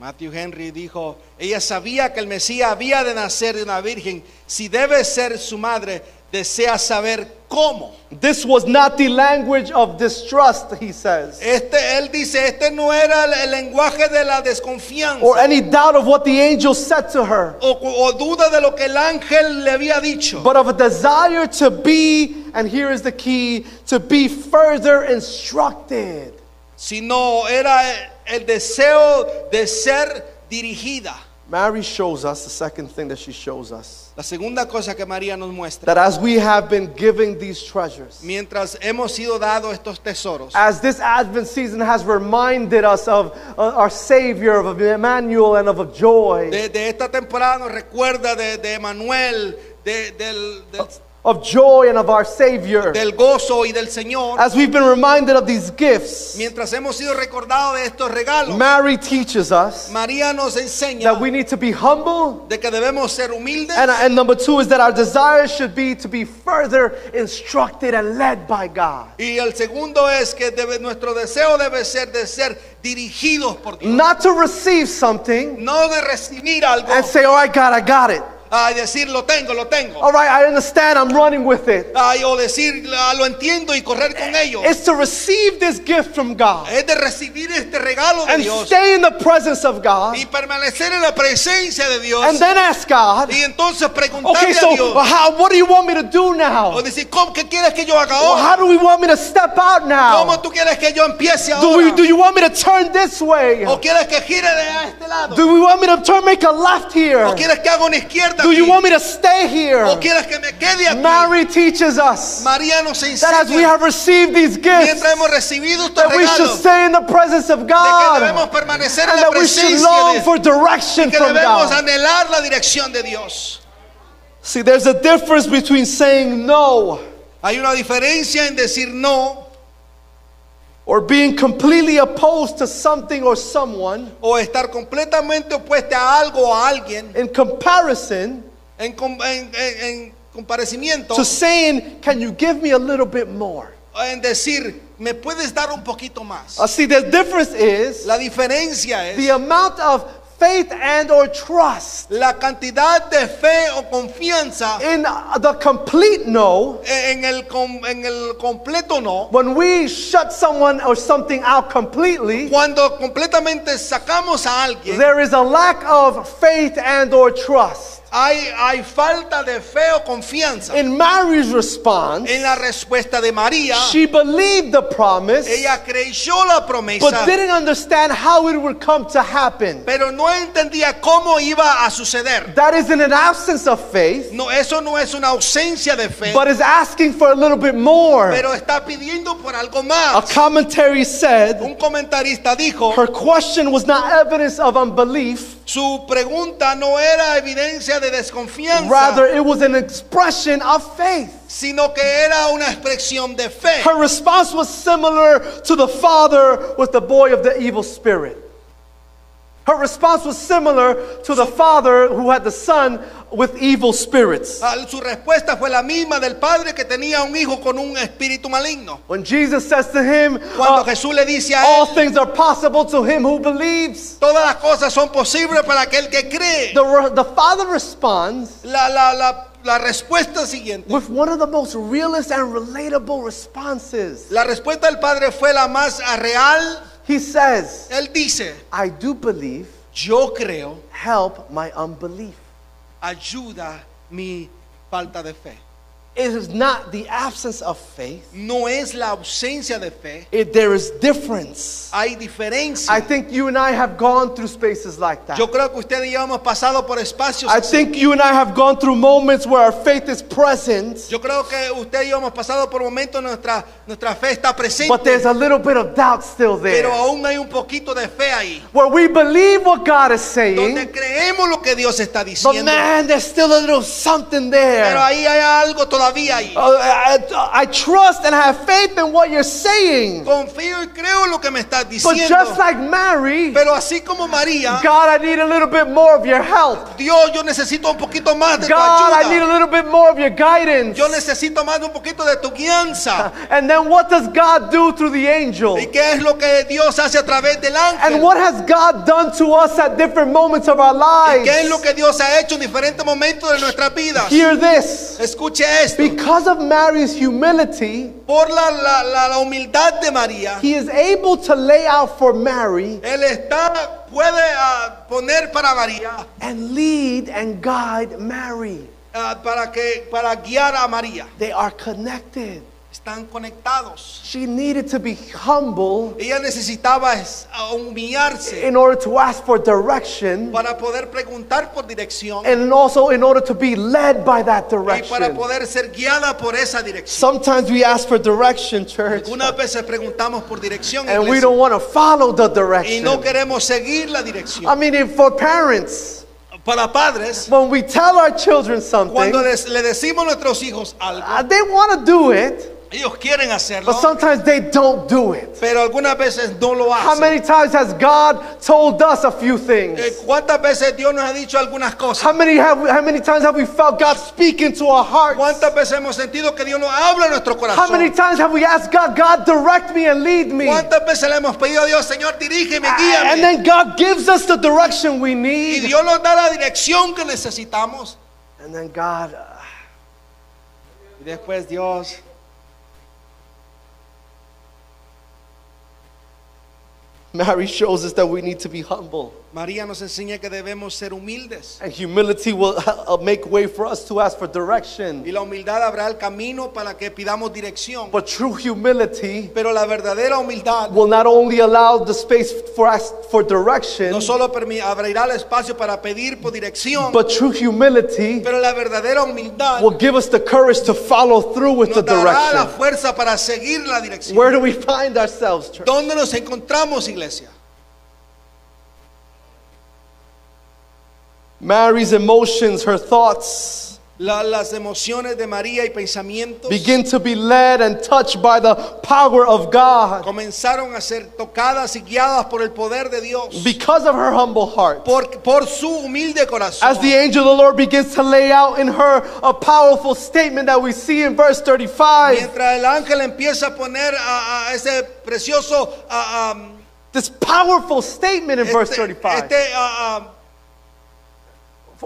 [SPEAKER 3] Matthew Henry dijo, ella sabía que el Mesías había de nacer de una virgen. Si debe ser su madre, desea saber cómo.
[SPEAKER 2] This was not the language of distrust, he says,
[SPEAKER 3] Este, él dice, este no era el, el lenguaje de la desconfianza
[SPEAKER 2] or any doubt of what the angel said to her,
[SPEAKER 3] o, cu- o duda de lo que el ángel le había dicho,
[SPEAKER 2] but of a desire to be, and here is the key, to be further instructed.
[SPEAKER 3] sino era el- el deseo de ser dirigida.
[SPEAKER 2] Mary shows us the second thing that she shows us
[SPEAKER 3] La segunda cosa que María nos muestra,
[SPEAKER 2] that as we have been giving these treasures,
[SPEAKER 3] mientras hemos sido dados estos tesoros,
[SPEAKER 2] As this Advent season has reminded us of uh, our Savior, of Emmanuel, and of joy,
[SPEAKER 3] de, de esta temporada nos recuerda de, de Emanuel, de- del, del-
[SPEAKER 2] of joy and of our Savior.
[SPEAKER 3] del gozo y del Señor,
[SPEAKER 2] As we've been reminded of these gifts,
[SPEAKER 3] mientras hemos sido recordados de estos regalos,
[SPEAKER 2] Mary teaches us
[SPEAKER 3] María nos enseña
[SPEAKER 2] that we need to be humble.
[SPEAKER 3] de que debemos ser humildes
[SPEAKER 2] And, and number two is that our desire should be to be further instructed and led by God.
[SPEAKER 3] y el segundo es que debe- nuestro deseo debe ser de ser dirigidos por Dios,
[SPEAKER 2] Not to receive something
[SPEAKER 3] no de recibir algo
[SPEAKER 2] and say, Oh. all right, God, I got it.
[SPEAKER 3] a decir lo tengo, lo tengo,
[SPEAKER 2] All right, I understand, I'm running with it.
[SPEAKER 3] Ay, o decir "Ah, lo entiendo y correr con ello.
[SPEAKER 2] It's to receive this gift from God.
[SPEAKER 3] es de recibir este regalo de
[SPEAKER 2] and
[SPEAKER 3] Dios
[SPEAKER 2] stay in the presence of God
[SPEAKER 3] y permanecer en la presencia de Dios
[SPEAKER 2] and then ask God,
[SPEAKER 3] y entonces preguntarle
[SPEAKER 2] okay,
[SPEAKER 3] a
[SPEAKER 2] so
[SPEAKER 3] Dios Oh,
[SPEAKER 2] how, what do you want me to do now?
[SPEAKER 3] o decir ¿cómo, ¿qué quieres que yo haga
[SPEAKER 2] Well,
[SPEAKER 3] ahora?
[SPEAKER 2] how do we want me to step out
[SPEAKER 3] ¿Cómo
[SPEAKER 2] now?
[SPEAKER 3] tú quieres que yo empiece
[SPEAKER 2] Do, we,
[SPEAKER 3] ahora?
[SPEAKER 2] do you want me to turn this way?
[SPEAKER 3] ¿O quieres que gire de a este lado?
[SPEAKER 2] Do we want me to turn, make a left here?
[SPEAKER 3] ¿O quieres que haga una izquierda
[SPEAKER 2] Do you
[SPEAKER 3] aquí?
[SPEAKER 2] want me to stay
[SPEAKER 3] ¿O
[SPEAKER 2] here?
[SPEAKER 3] quieres que me quede aquí?
[SPEAKER 2] Mary teaches us
[SPEAKER 3] María nos enseña
[SPEAKER 2] that as we have received these gifts,
[SPEAKER 3] mientras hemos recibido estos
[SPEAKER 2] that we should
[SPEAKER 3] regalos de
[SPEAKER 2] stay in the presence of
[SPEAKER 3] que debemos
[SPEAKER 2] God
[SPEAKER 3] permanecer en
[SPEAKER 2] and
[SPEAKER 3] la
[SPEAKER 2] that we should
[SPEAKER 3] presencia de
[SPEAKER 2] long for direction
[SPEAKER 3] que
[SPEAKER 2] from
[SPEAKER 3] debemos
[SPEAKER 2] God.
[SPEAKER 3] anhelar la dirección de Dios.
[SPEAKER 2] See, there's a difference between saying no
[SPEAKER 3] Hay una diferencia en decir no
[SPEAKER 2] or being completely opposed to something or someone
[SPEAKER 3] o estar completamente opuesta a algo o a alguien
[SPEAKER 2] in comparison
[SPEAKER 3] en, com- en- en- en comparecimiento
[SPEAKER 2] to saying, Can you give me a little bit more?
[SPEAKER 3] en decir me puedes dar un poquito más
[SPEAKER 2] Uh, see, the difference is
[SPEAKER 3] la diferencia
[SPEAKER 2] the
[SPEAKER 3] es
[SPEAKER 2] amount of faith and or trust
[SPEAKER 3] la cantidad de fe o confianza
[SPEAKER 2] in the complete no
[SPEAKER 3] en el, com- en el completo no
[SPEAKER 2] when we shut someone or something out completely
[SPEAKER 3] cuando completamente sacamos a alguien
[SPEAKER 2] there is a lack of faith and or trust
[SPEAKER 3] hay, hay falta de fe o confianza
[SPEAKER 2] in mary's response
[SPEAKER 3] en la respuesta de María
[SPEAKER 2] she believed the promise
[SPEAKER 3] ella creyó la
[SPEAKER 2] but
[SPEAKER 3] promesa
[SPEAKER 2] didn't understand how it would come to happen
[SPEAKER 3] pero no entendía cómo iba a suceder
[SPEAKER 2] That isn't an absence of faith,
[SPEAKER 3] No, eso no es una ausencia de fe,
[SPEAKER 2] but is asking for a little bit more.
[SPEAKER 3] pero está pidiendo por algo
[SPEAKER 2] A
[SPEAKER 3] más.
[SPEAKER 2] commentary said
[SPEAKER 3] Un comentarista dijo,
[SPEAKER 2] her question was not evidence of unbelief,
[SPEAKER 3] su pregunta no era evidencia de desconfianza,
[SPEAKER 2] rather, it was an expression of faith.
[SPEAKER 3] sino que era una expresión de fe.
[SPEAKER 2] Her response was similar to the father with the boy of the evil spirit. Her response was similar to the father who had the son with evil spirits.
[SPEAKER 3] Ah, Su respuesta fue la misma del padre que tenía un hijo con un espíritu maligno.
[SPEAKER 2] When Jesus says to him,
[SPEAKER 3] Cuando
[SPEAKER 2] uh,
[SPEAKER 3] Jesús le dice a
[SPEAKER 2] All
[SPEAKER 3] él,
[SPEAKER 2] things are possible to him who believes.
[SPEAKER 3] todas las cosas son posibles para aquel que cree.
[SPEAKER 2] The, re- the father responds
[SPEAKER 3] La, la, la, la respuesta siguiente.
[SPEAKER 2] with one of the most realist and relatable responses.
[SPEAKER 3] La respuesta del padre fue la más ah, real.
[SPEAKER 2] He says,
[SPEAKER 3] Él dice,
[SPEAKER 2] I do believe,
[SPEAKER 3] yo creo
[SPEAKER 2] help my unbelief.
[SPEAKER 3] ayuda mi falta de fe.
[SPEAKER 2] It is not the absence of faith,
[SPEAKER 3] No es la ausencia de fe,
[SPEAKER 2] it, there is difference.
[SPEAKER 3] hay diferencia.
[SPEAKER 2] I think you and I have gone through spaces like that.
[SPEAKER 3] Yo creo que ustedes y yo hemos pasado por espacios.
[SPEAKER 2] I
[SPEAKER 3] así.
[SPEAKER 2] think you and I have gone through moments where our faith is present,
[SPEAKER 3] Yo creo que usted y yo hemos pasado por momentos nuestra nuestra fe está
[SPEAKER 2] but there's
[SPEAKER 3] presente,
[SPEAKER 2] a little bit of doubt still
[SPEAKER 3] pero
[SPEAKER 2] there.
[SPEAKER 3] aún hay un poquito de fe ahí,
[SPEAKER 2] Where we believe what God is saying,
[SPEAKER 3] donde creemos lo que Dios está
[SPEAKER 2] but
[SPEAKER 3] diciendo,
[SPEAKER 2] man, there's still a little something there.
[SPEAKER 3] pero ahí hay algo todavía ahí.
[SPEAKER 2] Uh, I, I trust and have faith in what you're saying.
[SPEAKER 3] Confío y creo en lo que me estás
[SPEAKER 2] But
[SPEAKER 3] diciendo.
[SPEAKER 2] just like Mary,
[SPEAKER 3] Pero así como María,
[SPEAKER 2] God, I need a little bit more of your help.
[SPEAKER 3] Dios, yo necesito un poquito más de tu
[SPEAKER 2] God, I need a
[SPEAKER 3] ayuda.
[SPEAKER 2] little bit more of your guidance.
[SPEAKER 3] Yo necesito más de un poquito de tu guianza.
[SPEAKER 2] *laughs* And then what does God do through the angel?
[SPEAKER 3] ¿Y qué es lo que Dios hace a través del
[SPEAKER 2] And
[SPEAKER 3] ángel?
[SPEAKER 2] what has God done to us at different moments of our
[SPEAKER 3] ¿Y
[SPEAKER 2] lives?
[SPEAKER 3] qué es lo que Dios ha hecho en diferentes momentos de nuestras vidas?
[SPEAKER 2] Hear this.
[SPEAKER 3] Escuche esto.
[SPEAKER 2] Because of Mary's humility,
[SPEAKER 3] Por la, la- la- la humildad de María,
[SPEAKER 2] he is able to lay out for Mary
[SPEAKER 3] Él está, puede ah, poner para María,
[SPEAKER 2] and lead and guide Mary.
[SPEAKER 3] ah, para, que, para guiar a María.
[SPEAKER 2] They are connected.
[SPEAKER 3] Están conectados.
[SPEAKER 2] She needed to be humble
[SPEAKER 3] Ella necesitaba es- ah, humillarse
[SPEAKER 2] in order to ask for direction
[SPEAKER 3] para poder preguntar por dirección
[SPEAKER 2] and also in order to be led by that
[SPEAKER 3] y para
[SPEAKER 2] direction.
[SPEAKER 3] poder ser guiada por esa dirección.
[SPEAKER 2] Sometimes we ask for direction, church,
[SPEAKER 3] Algunas veces preguntamos por dirección
[SPEAKER 2] and we
[SPEAKER 3] iglesia,
[SPEAKER 2] don't want to follow the
[SPEAKER 3] y
[SPEAKER 2] direction.
[SPEAKER 3] no queremos seguir la
[SPEAKER 2] I
[SPEAKER 3] dirección.
[SPEAKER 2] mean, if for parents,
[SPEAKER 3] Para padres,
[SPEAKER 2] when we tell our children something,
[SPEAKER 3] cuando les- le decimos a nuestros hijos
[SPEAKER 2] uh,
[SPEAKER 3] algo,
[SPEAKER 2] they want to do it,
[SPEAKER 3] ellos quieren hacerlo,
[SPEAKER 2] but sometimes they don't do it.
[SPEAKER 3] pero algunas veces no lo
[SPEAKER 2] How
[SPEAKER 3] hacen.
[SPEAKER 2] many times has God told us a few things?
[SPEAKER 3] Eh, ¿Cuántas veces Dios nos ha dicho algunas
[SPEAKER 2] How
[SPEAKER 3] cosas?
[SPEAKER 2] many have how many times have we felt God speaking to our hearts?
[SPEAKER 3] ¿Cuántas veces hemos sentido que Dios nos habla en nuestro
[SPEAKER 2] How many
[SPEAKER 3] corazón?
[SPEAKER 2] times have we asked God, God direct me and lead me?
[SPEAKER 3] ¿Cuántas veces le hemos pedido a Dios, Señor, dirígeme,
[SPEAKER 2] Ah, And
[SPEAKER 3] guíame?
[SPEAKER 2] then God gives us the direction we
[SPEAKER 3] Y
[SPEAKER 2] need.
[SPEAKER 3] Dios nos da la dirección que necesitamos.
[SPEAKER 2] And then God, uh,
[SPEAKER 3] Y después Dios
[SPEAKER 2] Mary shows us that we need to be humble.
[SPEAKER 3] María nos enseña que debemos ser humildes
[SPEAKER 2] And humility will *laughs* uh, make way for us to ask for direction.
[SPEAKER 3] y la humildad habrá el camino para que pidamos dirección.
[SPEAKER 2] But true humility
[SPEAKER 3] Pero la verdadera humildad
[SPEAKER 2] will not only allow the space for us for direction,
[SPEAKER 3] no solo permi- abrirá el espacio para pedir por dirección,
[SPEAKER 2] but true humility
[SPEAKER 3] pero la verdadera humildad
[SPEAKER 2] will give us the courage to follow through with the
[SPEAKER 3] nos dará la
[SPEAKER 2] direction.
[SPEAKER 3] fuerza para seguir la dirección.
[SPEAKER 2] Where do we find ourselves, church?
[SPEAKER 3] ¿Dónde nos encontramos, iglesia?
[SPEAKER 2] Mary's emotions, her thoughts
[SPEAKER 3] La- las emociones de María y pensamientos
[SPEAKER 2] begin to be led and touched by the power of God
[SPEAKER 3] comenzaron a ser tocadas y guiadas por el poder de Dios,
[SPEAKER 2] because of her humble heart.
[SPEAKER 3] por, por su humilde corazón.
[SPEAKER 2] As the angel of the Lord begins to lay out in her a powerful statement that we see in verse 35,
[SPEAKER 3] Mientras el ángel empieza a poner a, a ese precioso a- a,
[SPEAKER 2] this powerful statement in verse
[SPEAKER 3] este-
[SPEAKER 2] 35.
[SPEAKER 3] este, a- a,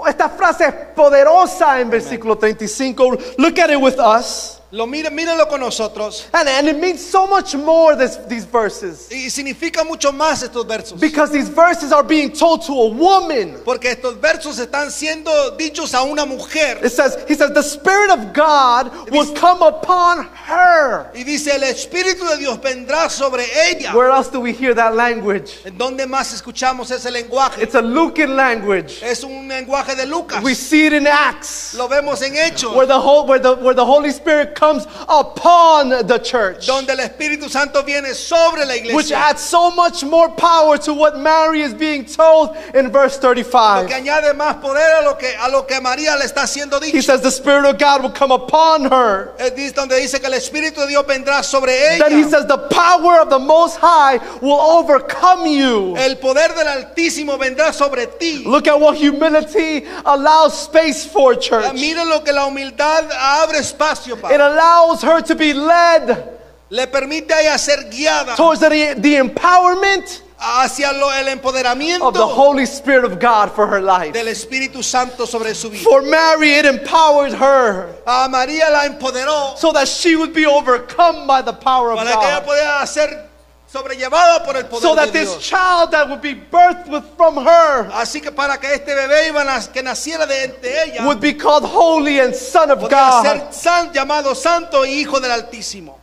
[SPEAKER 2] Esta frase es poderosa en versículo 35. Look at it with us.
[SPEAKER 3] lo mire, mírenlo con nosotros.
[SPEAKER 2] And, and it means so much more, this, these verses.
[SPEAKER 3] Y significa mucho más estos versos.
[SPEAKER 2] Because these verses are being told to a woman.
[SPEAKER 3] Porque estos versos están siendo dichos a una
[SPEAKER 2] It
[SPEAKER 3] mujer.
[SPEAKER 2] says, He says, the Spirit of God will come upon her.
[SPEAKER 3] Y dice, el Espíritu de Dios vendrá sobre ella.
[SPEAKER 2] Where else do we hear that language?
[SPEAKER 3] ¿En dónde más escuchamos ese lenguaje?
[SPEAKER 2] It's a Lucan language.
[SPEAKER 3] Es un lenguaje de Lucas.
[SPEAKER 2] We see it in Acts.
[SPEAKER 3] Lo vemos en Hechos.
[SPEAKER 2] Where the, whole, where, the, where the Holy Spirit comes upon the church,
[SPEAKER 3] Donde el Espíritu Santo viene sobre la
[SPEAKER 2] which
[SPEAKER 3] iglesia.
[SPEAKER 2] adds so much more power to what Mary is being told in verse
[SPEAKER 3] Lo
[SPEAKER 2] 35.
[SPEAKER 3] que añade más poder a lo que, a lo que María le está haciendo
[SPEAKER 2] He
[SPEAKER 3] dicho.
[SPEAKER 2] says the Spirit of God will come upon her.
[SPEAKER 3] Es di- donde dice que el Espíritu de Dios vendrá sobre
[SPEAKER 2] Then he
[SPEAKER 3] ella.
[SPEAKER 2] says the power of the Most High will overcome you.
[SPEAKER 3] El poder del Altísimo vendrá sobre ti.
[SPEAKER 2] Look at what humility allows space for, church.
[SPEAKER 3] Mira lo que la humildad abre espacio
[SPEAKER 2] It
[SPEAKER 3] para.
[SPEAKER 2] allows her to be led
[SPEAKER 3] Le permite a ella ser guiada
[SPEAKER 2] towards the, the empowerment
[SPEAKER 3] hacia lo- el
[SPEAKER 2] of the
[SPEAKER 3] empoderamiento
[SPEAKER 2] Holy Spirit of God for her life.
[SPEAKER 3] del Espíritu Santo sobre su vida.
[SPEAKER 2] For Mary, it empowered her
[SPEAKER 3] A María la empoderó
[SPEAKER 2] so that she would be overcome by the power of
[SPEAKER 3] para que ella
[SPEAKER 2] God.
[SPEAKER 3] pudiera ser sobrellevada por el
[SPEAKER 2] So
[SPEAKER 3] poder
[SPEAKER 2] that
[SPEAKER 3] de
[SPEAKER 2] this
[SPEAKER 3] Dios.
[SPEAKER 2] child that would be birthed with, from her
[SPEAKER 3] Así que para que este bebé iba a nas- que naciera de, de ella
[SPEAKER 2] would be called holy and son of
[SPEAKER 3] podría
[SPEAKER 2] God.
[SPEAKER 3] ser san- llamado santo y hijo del Altísimo.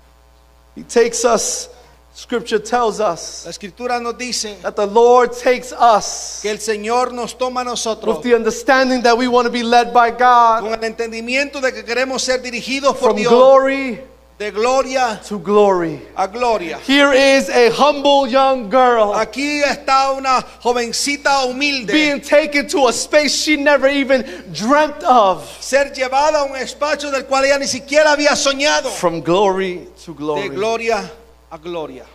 [SPEAKER 2] He takes us, scripture tells us
[SPEAKER 3] La escritura nos dice
[SPEAKER 2] that the Lord takes us
[SPEAKER 3] que el Señor nos toma a
[SPEAKER 2] with
[SPEAKER 3] nosotros
[SPEAKER 2] the understanding that we want to be led by God
[SPEAKER 3] con el entendimiento de que queremos ser dirigidos por
[SPEAKER 2] from
[SPEAKER 3] Dios
[SPEAKER 2] glory
[SPEAKER 3] de gloria
[SPEAKER 2] to glory.
[SPEAKER 3] a gloria.
[SPEAKER 2] Here is a humble young girl
[SPEAKER 3] Aquí está una jovencita humilde
[SPEAKER 2] being taken to a space she never even dreamt of.
[SPEAKER 3] ser llevada a un espacio del cual ella ni siquiera había soñado.
[SPEAKER 2] From glory to
[SPEAKER 3] De
[SPEAKER 2] glory.
[SPEAKER 3] gloria a gloria.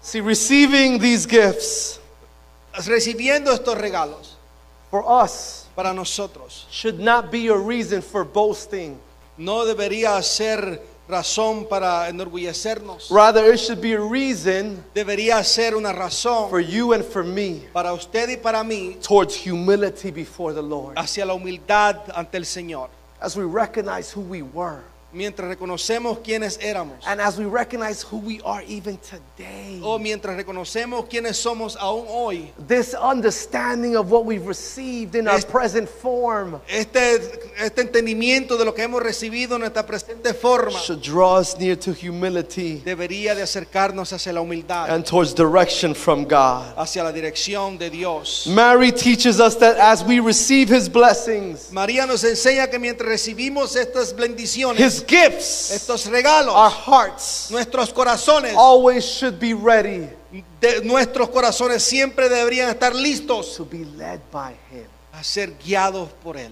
[SPEAKER 2] See, receiving these gifts
[SPEAKER 3] Recibiendo estos regalos
[SPEAKER 2] for us
[SPEAKER 3] para nosotros
[SPEAKER 2] should not be a reason for boasting.
[SPEAKER 3] no debería ser razón para enorgullecernos.
[SPEAKER 2] Rather, it should be a reason
[SPEAKER 3] Debería ser una
[SPEAKER 2] for
[SPEAKER 3] razón
[SPEAKER 2] you and for me
[SPEAKER 3] para usted y para mí
[SPEAKER 2] towards humility before the Lord.
[SPEAKER 3] hacia la humildad ante el Señor.
[SPEAKER 2] As we recognize who we were,
[SPEAKER 3] Mientras reconocemos quiénes éramos
[SPEAKER 2] and as we recognize who we are even today.
[SPEAKER 3] o mientras reconocemos quiénes somos aún hoy,
[SPEAKER 2] This understanding of what we've received in our
[SPEAKER 3] Es-
[SPEAKER 2] present form
[SPEAKER 3] este, este entendimiento de lo que hemos recibido en nuestra presente forma
[SPEAKER 2] should draw us near to humility
[SPEAKER 3] debería de acercarnos hacia la humildad,
[SPEAKER 2] and towards direction from God.
[SPEAKER 3] hacia la dirección de Dios.
[SPEAKER 2] Mary teaches us that as we receive his blessings,
[SPEAKER 3] María nos enseña que mientras recibimos estas bendiciones,
[SPEAKER 2] his gifts,
[SPEAKER 3] estos
[SPEAKER 2] our
[SPEAKER 3] regalos,
[SPEAKER 2] hearts
[SPEAKER 3] nuestros corazones,
[SPEAKER 2] always should be ready
[SPEAKER 3] de- nuestros corazones siempre deberían estar listos
[SPEAKER 2] to be led by him.
[SPEAKER 3] a ser guiados por Él.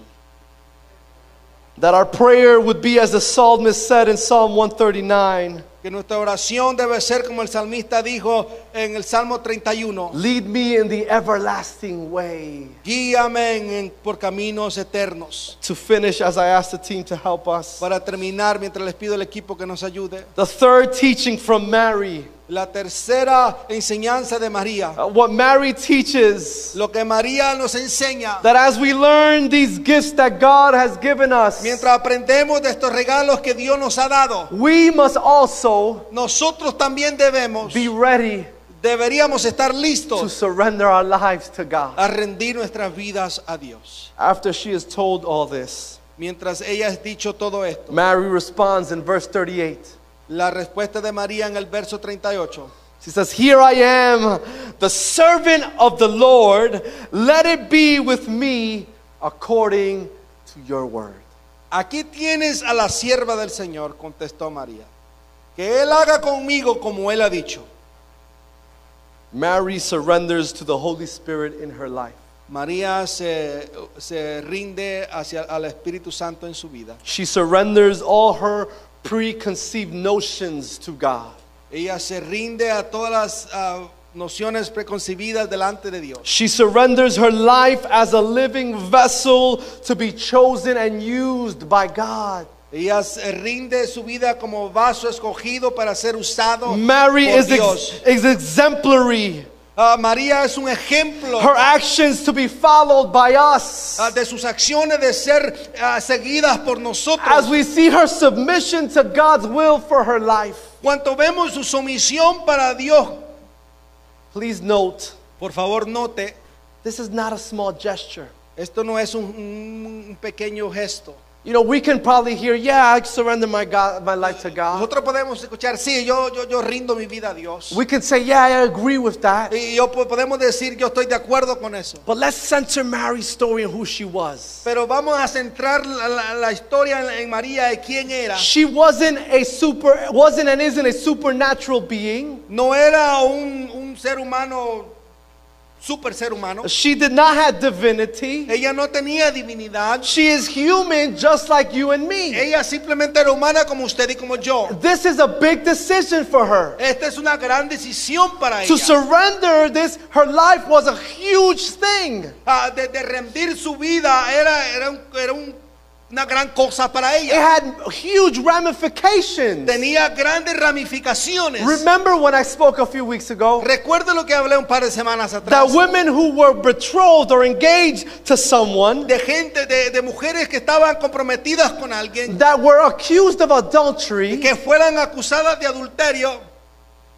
[SPEAKER 2] That our prayer would be as the psalmist said in Psalm 139
[SPEAKER 3] Que nuestra oración debe ser como el salmista dijo en el Salmo 31.
[SPEAKER 2] Lead me in the everlasting way.
[SPEAKER 3] Guíame en- en- por caminos eternos.
[SPEAKER 2] To finish, as I asked the team to help us,
[SPEAKER 3] Para terminar, mientras les pido al equipo que nos ayude,
[SPEAKER 2] the third teaching from Mary
[SPEAKER 3] la tercera enseñanza de María.
[SPEAKER 2] Uh, what Mary teaches
[SPEAKER 3] Lo que María nos enseña,
[SPEAKER 2] that as we learn these gifts that God has given us,
[SPEAKER 3] mientras aprendemos de estos regalos que Dios nos ha dado,
[SPEAKER 2] we must also
[SPEAKER 3] nosotros también debemos,
[SPEAKER 2] be ready
[SPEAKER 3] deberíamos estar
[SPEAKER 2] to
[SPEAKER 3] listos
[SPEAKER 2] surrender our lives to God.
[SPEAKER 3] a rendir nuestras vidas a Dios.
[SPEAKER 2] After she is told all this,
[SPEAKER 3] Mientras ella ha dicho todo esto,
[SPEAKER 2] Mary responds in verse 38.
[SPEAKER 3] la respuesta de María en el verso 38.
[SPEAKER 2] She says, Here I am, the servant of the Lord. Let it be with me according to your word.
[SPEAKER 3] Aquí tienes a la sierva del Señor, contestó María. Que Él haga conmigo como Él ha dicho.
[SPEAKER 2] Mary surrenders to the Holy Spirit in her life.
[SPEAKER 3] María se, se rinde hacia al Espíritu Santo en su vida.
[SPEAKER 2] She surrenders all her preconceived notions to God.
[SPEAKER 3] Ella se rinde a todas las ah, nociones preconcebidas delante de Dios.
[SPEAKER 2] She surrenders her life as a living vessel to be chosen and used by God.
[SPEAKER 3] Ella se rinde su vida como vaso escogido para ser usado
[SPEAKER 2] Mary
[SPEAKER 3] por
[SPEAKER 2] is,
[SPEAKER 3] Dios.
[SPEAKER 2] ex- is exemplary.
[SPEAKER 3] Ah, María es un ejemplo
[SPEAKER 2] Her actions to be followed by us.
[SPEAKER 3] ah, de sus acciones de ser ah, seguidas por nosotros.
[SPEAKER 2] As we see her submission to God's will for her life.
[SPEAKER 3] Cuanto vemos su sumisión para Dios,
[SPEAKER 2] Please note,
[SPEAKER 3] por favor note,
[SPEAKER 2] this is not a small gesture.
[SPEAKER 3] esto no es un, un pequeño gesto.
[SPEAKER 2] You know, we can probably hear, yeah, I surrender my, God, my life to God.
[SPEAKER 3] Nosotros podemos escuchar, sí, yo, yo, yo rindo mi vida a Dios.
[SPEAKER 2] We can say, yeah, I agree with that.
[SPEAKER 3] Y yo po- podemos decir, yo estoy de acuerdo con eso.
[SPEAKER 2] But let's center Mary's story and who she was.
[SPEAKER 3] Pero vamos a centrar la, la- la historia en, en María de quién era.
[SPEAKER 2] She wasn't a super wasn't and isn't a supernatural being.
[SPEAKER 3] No era un, un ser humano, super ser humano.
[SPEAKER 2] She did not have divinity.
[SPEAKER 3] Ella no tenía divinidad.
[SPEAKER 2] She is human just like you and me.
[SPEAKER 3] Ella simplemente era humana como usted y como yo.
[SPEAKER 2] This is a big decision for her.
[SPEAKER 3] Esta es una gran decisión para
[SPEAKER 2] To
[SPEAKER 3] ella.
[SPEAKER 2] surrender this, her life was a huge thing.
[SPEAKER 3] Ah, de, de rendir su vida era, era, un- era un- una gran cosa para
[SPEAKER 2] It
[SPEAKER 3] ella.
[SPEAKER 2] had huge ramifications.
[SPEAKER 3] Tenía grandes ramificaciones.
[SPEAKER 2] Remember when I spoke a few weeks ago?
[SPEAKER 3] Recuerdo lo que hablé un par de semanas atrás.
[SPEAKER 2] That women who were betrothed or engaged to someone
[SPEAKER 3] de gente, de, de mujeres que estaban comprometidas con alguien,
[SPEAKER 2] that were accused of adultery
[SPEAKER 3] que fueran acusadas de adulterio,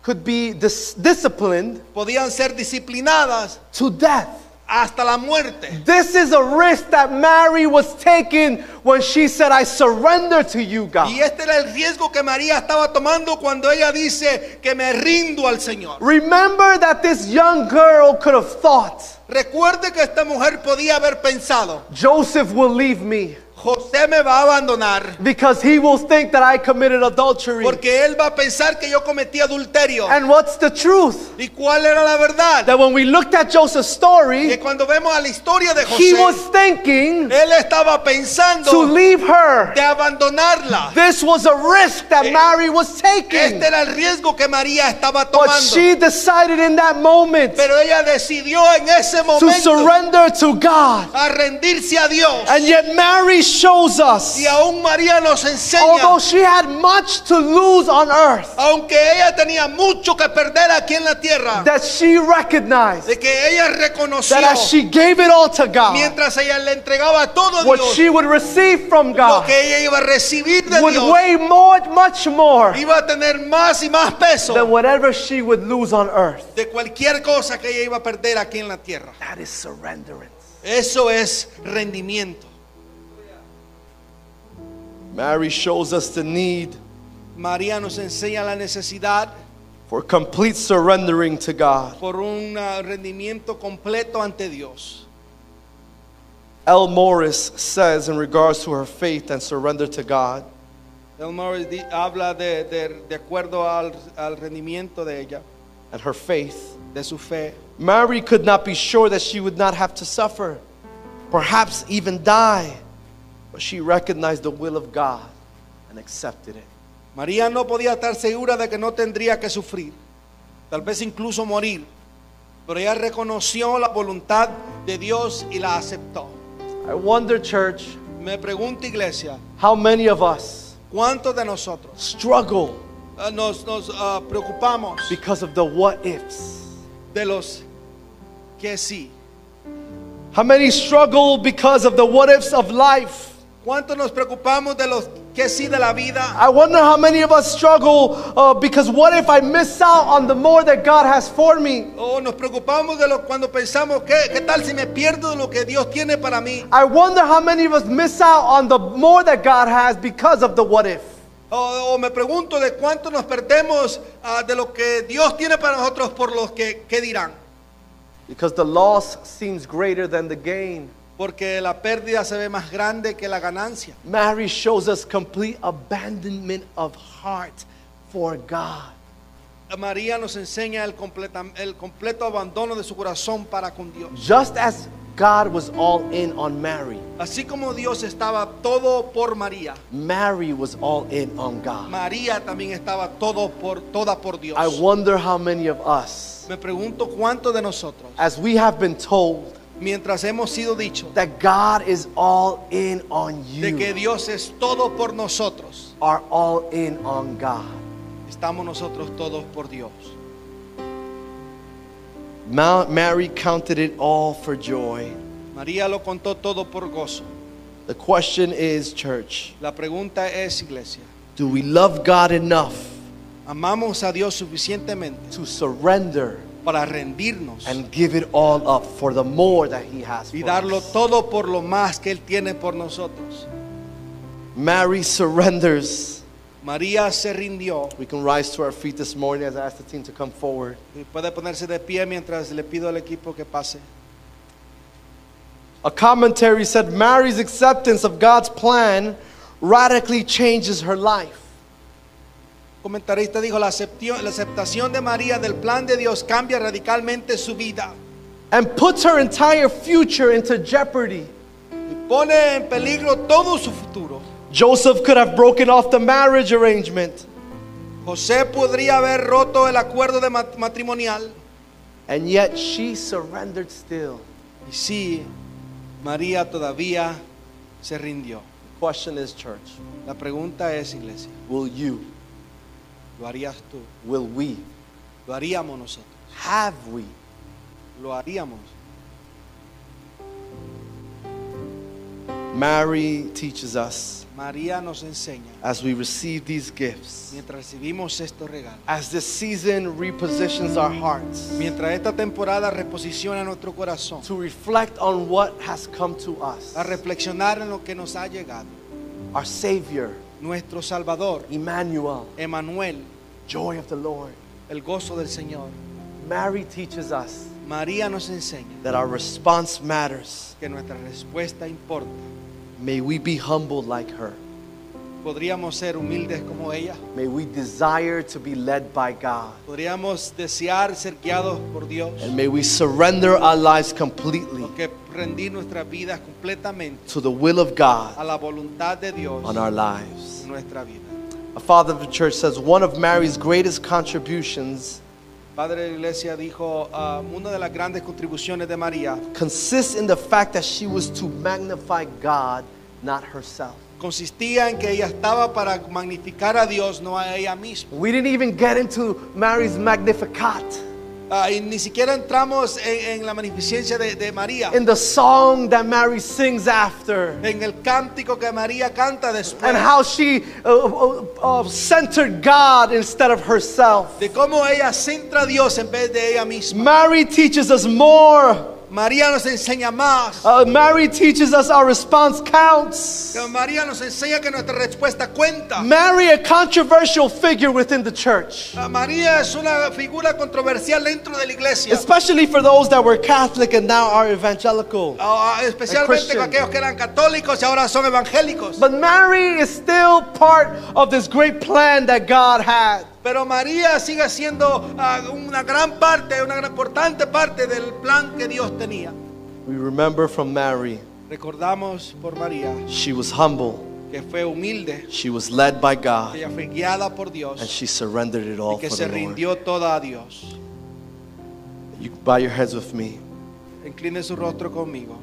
[SPEAKER 2] could be dis- disciplined
[SPEAKER 3] podían ser disciplinadas
[SPEAKER 2] to death.
[SPEAKER 3] hasta la muerte.
[SPEAKER 2] This is a risk that Mary was taking when she said, I surrender to you,
[SPEAKER 3] Y
[SPEAKER 2] God.
[SPEAKER 3] este era el riesgo que María estaba tomando cuando ella dice que me rindo al Señor.
[SPEAKER 2] Remember that this young girl could have thought,
[SPEAKER 3] Recuerde que esta mujer podía haber pensado,
[SPEAKER 2] Joseph will leave me.
[SPEAKER 3] José me va a abandonar
[SPEAKER 2] because he will think that I committed adultery.
[SPEAKER 3] porque él va a pensar que yo cometí adulterio.
[SPEAKER 2] And what's the truth?
[SPEAKER 3] ¿Y cuál era la verdad?
[SPEAKER 2] That when we looked at Joseph's
[SPEAKER 3] Que
[SPEAKER 2] story,
[SPEAKER 3] cuando vemos a la historia de
[SPEAKER 2] he was
[SPEAKER 3] José,
[SPEAKER 2] thinking
[SPEAKER 3] él estaba
[SPEAKER 2] to
[SPEAKER 3] pensando
[SPEAKER 2] leave her.
[SPEAKER 3] de abandonarla.
[SPEAKER 2] This was a risk that
[SPEAKER 3] Eh,
[SPEAKER 2] Mary was taking.
[SPEAKER 3] Este era el riesgo que María estaba
[SPEAKER 2] But
[SPEAKER 3] tomando.
[SPEAKER 2] she decided in that moment
[SPEAKER 3] Pero ella decidió en ese
[SPEAKER 2] to
[SPEAKER 3] momento
[SPEAKER 2] surrender to God.
[SPEAKER 3] a rendirse a Dios.
[SPEAKER 2] And yet Mary shows us,
[SPEAKER 3] Y aún María nos enseña,
[SPEAKER 2] although she had much to lose on earth,
[SPEAKER 3] aunque ella tenía mucho que perder aquí en la tierra,
[SPEAKER 2] that she recognized
[SPEAKER 3] de que ella reconoció
[SPEAKER 2] that as she gave it all to God,
[SPEAKER 3] mientras ella le entregaba todo a
[SPEAKER 2] what
[SPEAKER 3] Dios,
[SPEAKER 2] she would receive from
[SPEAKER 3] lo
[SPEAKER 2] God
[SPEAKER 3] que ella iba a recibir de
[SPEAKER 2] would
[SPEAKER 3] Dios,
[SPEAKER 2] weigh more, much more
[SPEAKER 3] iba a tener más y más
[SPEAKER 2] than
[SPEAKER 3] peso
[SPEAKER 2] whatever she would lose on earth.
[SPEAKER 3] de cualquier cosa que ella iba a perder aquí en la tierra.
[SPEAKER 2] That is surrenderance.
[SPEAKER 3] Eso es rendimiento.
[SPEAKER 2] Mary shows us the need
[SPEAKER 3] María nos enseña la necesidad
[SPEAKER 2] for complete surrendering to God.
[SPEAKER 3] por un ah, rendimiento completo ante Dios.
[SPEAKER 2] L. Morris says, in regards to her faith and surrender to God,
[SPEAKER 3] El Morris di- habla de, de- de acuerdo al, al rendimiento de ella,
[SPEAKER 2] and her faith.
[SPEAKER 3] de su fe.
[SPEAKER 2] Mary could not be sure that she would not have to suffer, perhaps even die, but she recognized the will of God and accepted it.
[SPEAKER 3] María no podía estar segura de que no tendría que sufrir, tal vez incluso morir, pero ella reconoció la voluntad de Dios y la aceptó.
[SPEAKER 2] I wonder, church,
[SPEAKER 3] Me pregunto, iglesia,
[SPEAKER 2] how many of us
[SPEAKER 3] ¿cuántos de nosotros
[SPEAKER 2] struggle
[SPEAKER 3] ah, nos, nos, ah, preocupamos
[SPEAKER 2] because of the what ifs?
[SPEAKER 3] de los que sí?
[SPEAKER 2] How many struggle because of the what ifs of life?
[SPEAKER 3] ¿Cuántos nos preocupamos de los que sí de la vida?
[SPEAKER 2] I wonder how many of us struggle uh, because what if I miss out on the more that God has for me?
[SPEAKER 3] ¿O nos preocupamos de lo cuando pensamos, ¿qué, ¿qué tal si me pierdo de lo que Dios tiene para mí?
[SPEAKER 2] I wonder how many of us miss out on the more that God has because of the what if.
[SPEAKER 3] O, o me pregunto de cuánto nos perdemos ah, de lo que Dios tiene para nosotros por los que, que dirán.
[SPEAKER 2] Because the loss seems greater than the gain.
[SPEAKER 3] Porque la pérdida se ve más grande que la ganancia.
[SPEAKER 2] Mary shows us complete abandonment of heart for God.
[SPEAKER 3] María nos enseña el, completa- el completo abandono de su corazón para con Dios.
[SPEAKER 2] Just as God was all in on Mary,
[SPEAKER 3] Así como Dios estaba todo por María,
[SPEAKER 2] Mary was all in on God.
[SPEAKER 3] María también estaba todo por, toda por Dios.
[SPEAKER 2] I wonder how many of us,
[SPEAKER 3] Me pregunto cuántos de nosotros,
[SPEAKER 2] as we have been told
[SPEAKER 3] mientras hemos sido dichos
[SPEAKER 2] that God is all in on
[SPEAKER 3] de que
[SPEAKER 2] you,
[SPEAKER 3] Dios es todo por nosotros,
[SPEAKER 2] are all in on God.
[SPEAKER 3] estamos nosotros todos por Dios.
[SPEAKER 2] Ma- Mary counted it all for joy.
[SPEAKER 3] María lo contó todo por gozo.
[SPEAKER 2] The question is, church,
[SPEAKER 3] La pregunta es, iglesia,
[SPEAKER 2] do we love God enough?
[SPEAKER 3] ¿amamos a Dios suficientemente
[SPEAKER 2] to surrender
[SPEAKER 3] para rendirnos
[SPEAKER 2] and give it all up for the more that he has
[SPEAKER 3] y
[SPEAKER 2] for
[SPEAKER 3] darlo
[SPEAKER 2] us.
[SPEAKER 3] todo por lo más que Él tiene por nosotros?
[SPEAKER 2] Mary surrenders.
[SPEAKER 3] María se rindió.
[SPEAKER 2] We can rise to our feet this morning as I ask the team to come forward.
[SPEAKER 3] Y Puede ponerse de pie mientras le pido al equipo que pase.
[SPEAKER 2] A commentary said Mary's acceptance of God's plan radically changes her life.
[SPEAKER 3] Comentarista dijo, la aceptio- la aceptación de María del plan de Dios cambia radicalmente su vida.
[SPEAKER 2] And puts her entire future into jeopardy.
[SPEAKER 3] y pone en peligro todo su futuro.
[SPEAKER 2] Joseph could have broken off the marriage arrangement,
[SPEAKER 3] José podría haber roto el acuerdo de mat- matrimonial.
[SPEAKER 2] and yet she surrendered still.
[SPEAKER 3] Y sí, María todavía se rindió.
[SPEAKER 2] The question is, church,
[SPEAKER 3] La pregunta es, iglesia,
[SPEAKER 2] will you,
[SPEAKER 3] ¿lo harías tú?
[SPEAKER 2] will we,
[SPEAKER 3] ¿Lo haríamos nosotros?
[SPEAKER 2] have we
[SPEAKER 3] ¿Lo haríamos?
[SPEAKER 2] Mary teaches us
[SPEAKER 3] María nos enseña,
[SPEAKER 2] as we receive these gifts,
[SPEAKER 3] mientras recibimos estos regalos,
[SPEAKER 2] as this season repositions our hearts
[SPEAKER 3] mientras esta temporada reposiciona nuestro corazón,
[SPEAKER 2] to reflect on what has come to us.
[SPEAKER 3] a reflexionar en lo que nos ha llegado,
[SPEAKER 2] Our Savior,
[SPEAKER 3] nuestro Salvador,
[SPEAKER 2] Emmanuel,
[SPEAKER 3] Emanuel,
[SPEAKER 2] joy of the Lord.
[SPEAKER 3] el gozo del Señor.
[SPEAKER 2] Mary teaches us
[SPEAKER 3] María nos enseña
[SPEAKER 2] that our response matters,
[SPEAKER 3] que nuestra respuesta importa,
[SPEAKER 2] May we be humble like her.
[SPEAKER 3] Podríamos ser humildes como ella.
[SPEAKER 2] May we desire to be led by God.
[SPEAKER 3] Podríamos desear ser guiados por Dios.
[SPEAKER 2] And may we surrender our lives completely
[SPEAKER 3] Lo que rendir nuestras vidas completamente
[SPEAKER 2] to the will of
[SPEAKER 3] a
[SPEAKER 2] God
[SPEAKER 3] la voluntad de Dios
[SPEAKER 2] on our lives.
[SPEAKER 3] en nuestra vida.
[SPEAKER 2] A father of the church says one of Mary's greatest contributions
[SPEAKER 3] Padre de la Iglesia dijo, ah, una de las grandes contribuciones de María
[SPEAKER 2] consists in the fact that she was to magnify God, not herself.
[SPEAKER 3] consistía en que ella estaba para magnificar a Dios, no a ella misma.
[SPEAKER 2] We didn't even get into Mary's Magnificat.
[SPEAKER 3] Ah, y ni siquiera entramos en, en la magnificencia de, de María,
[SPEAKER 2] In the song that Mary sings after,
[SPEAKER 3] en el cántico que María canta después,
[SPEAKER 2] and how she uh, uh, uh, centered God instead of herself.
[SPEAKER 3] de cómo ella centra a Dios en vez de ella misma.
[SPEAKER 2] Mary teaches us more.
[SPEAKER 3] María nos enseña más.
[SPEAKER 2] Uh, Mary teaches us our response counts.
[SPEAKER 3] Que María nos enseña que nuestra respuesta cuenta.
[SPEAKER 2] Mary, a controversial figure within the church,
[SPEAKER 3] Ah, María es una figura controversial dentro de la iglesia.
[SPEAKER 2] especially for those that were Catholic and now are evangelical.
[SPEAKER 3] Ah, ah, especialmente
[SPEAKER 2] Christian.
[SPEAKER 3] con aquellos que eran católicos y ahora son evangélicos.
[SPEAKER 2] But Mary is still part of this great plan that God had.
[SPEAKER 3] Pero María sigue siendo ah, una gran parte, una gran importante parte del plan que Dios tenía.
[SPEAKER 2] We remember from Mary,
[SPEAKER 3] Recordamos por María
[SPEAKER 2] she was humble,
[SPEAKER 3] que fue humilde,
[SPEAKER 2] she was led by
[SPEAKER 3] que
[SPEAKER 2] God,
[SPEAKER 3] ella fue guiada por
[SPEAKER 2] and
[SPEAKER 3] Dios
[SPEAKER 2] she surrendered it all
[SPEAKER 3] y
[SPEAKER 2] for
[SPEAKER 3] que se
[SPEAKER 2] the Lord.
[SPEAKER 3] rindió toda a Dios.
[SPEAKER 2] You bow your heads with me.
[SPEAKER 3] Incline su rostro conmigo.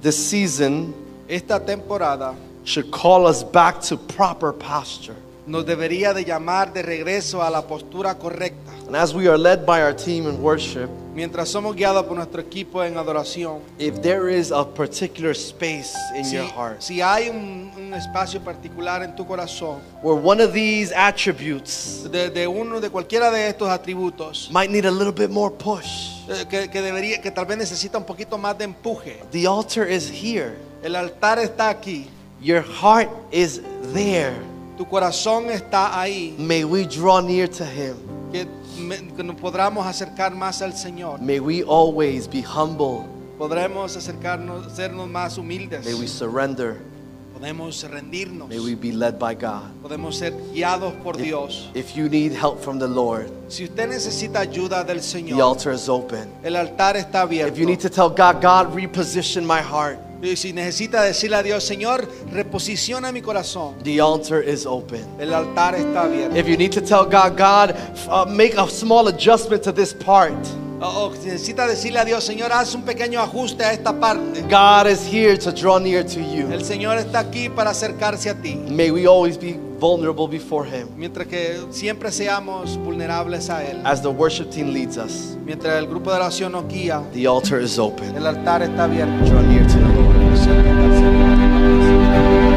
[SPEAKER 2] This season
[SPEAKER 3] Esta temporada
[SPEAKER 2] should call us back to proper posture.
[SPEAKER 3] nos debería de llamar de regreso a la postura correcta.
[SPEAKER 2] And as we are led by our team in worship,
[SPEAKER 3] Mientras somos guiados por nuestro equipo en adoración,
[SPEAKER 2] if there is a particular space in
[SPEAKER 3] si,
[SPEAKER 2] your heart
[SPEAKER 3] si hay un, un espacio particular en tu corazón
[SPEAKER 2] where one of these attributes
[SPEAKER 3] de, de uno de cualquiera de estos atributos,
[SPEAKER 2] might need a little bit more push,
[SPEAKER 3] Eh, que, que debería que tal vez necesita un poquito más de empuje.
[SPEAKER 2] the altar is here.
[SPEAKER 3] El altar está aquí,
[SPEAKER 2] Your heart is there.
[SPEAKER 3] tu corazón está ahí,
[SPEAKER 2] May we draw near to him.
[SPEAKER 3] que, me- que nos podamos acercar más al Señor,
[SPEAKER 2] May we always be humble.
[SPEAKER 3] podremos acercarnos, sernos más humildes,
[SPEAKER 2] May we surrender.
[SPEAKER 3] podemos rendirnos,
[SPEAKER 2] May we be led by God.
[SPEAKER 3] podemos ser guiados por Dios.
[SPEAKER 2] If you need help from the Lord,
[SPEAKER 3] Si usted necesita ayuda del
[SPEAKER 2] the
[SPEAKER 3] Señor,
[SPEAKER 2] altar is open.
[SPEAKER 3] el altar está abierto.
[SPEAKER 2] If you need to tell God, God, reposition my heart,
[SPEAKER 3] Y si necesita decirle a Dios, Señor, reposiciona mi corazón,
[SPEAKER 2] the altar is open.
[SPEAKER 3] el altar está abierto.
[SPEAKER 2] If you need to tell God, God, f- uh, make a small adjustment to this part,
[SPEAKER 3] O o si necesita decirle a Dios, Señor, haz un pequeño ajuste a esta parte.
[SPEAKER 2] God is here to draw near to you.
[SPEAKER 3] El Señor está aquí para acercarse a ti,
[SPEAKER 2] May we always be vulnerable before Him
[SPEAKER 3] mientras que siempre seamos vulnerables a Él.
[SPEAKER 2] as the worship team leads us.
[SPEAKER 3] Mientras el grupo de oración nos guía,
[SPEAKER 2] The altar is open.
[SPEAKER 3] el altar está abierto.
[SPEAKER 2] Draw near to the Lord.
[SPEAKER 3] Acércate al Señor.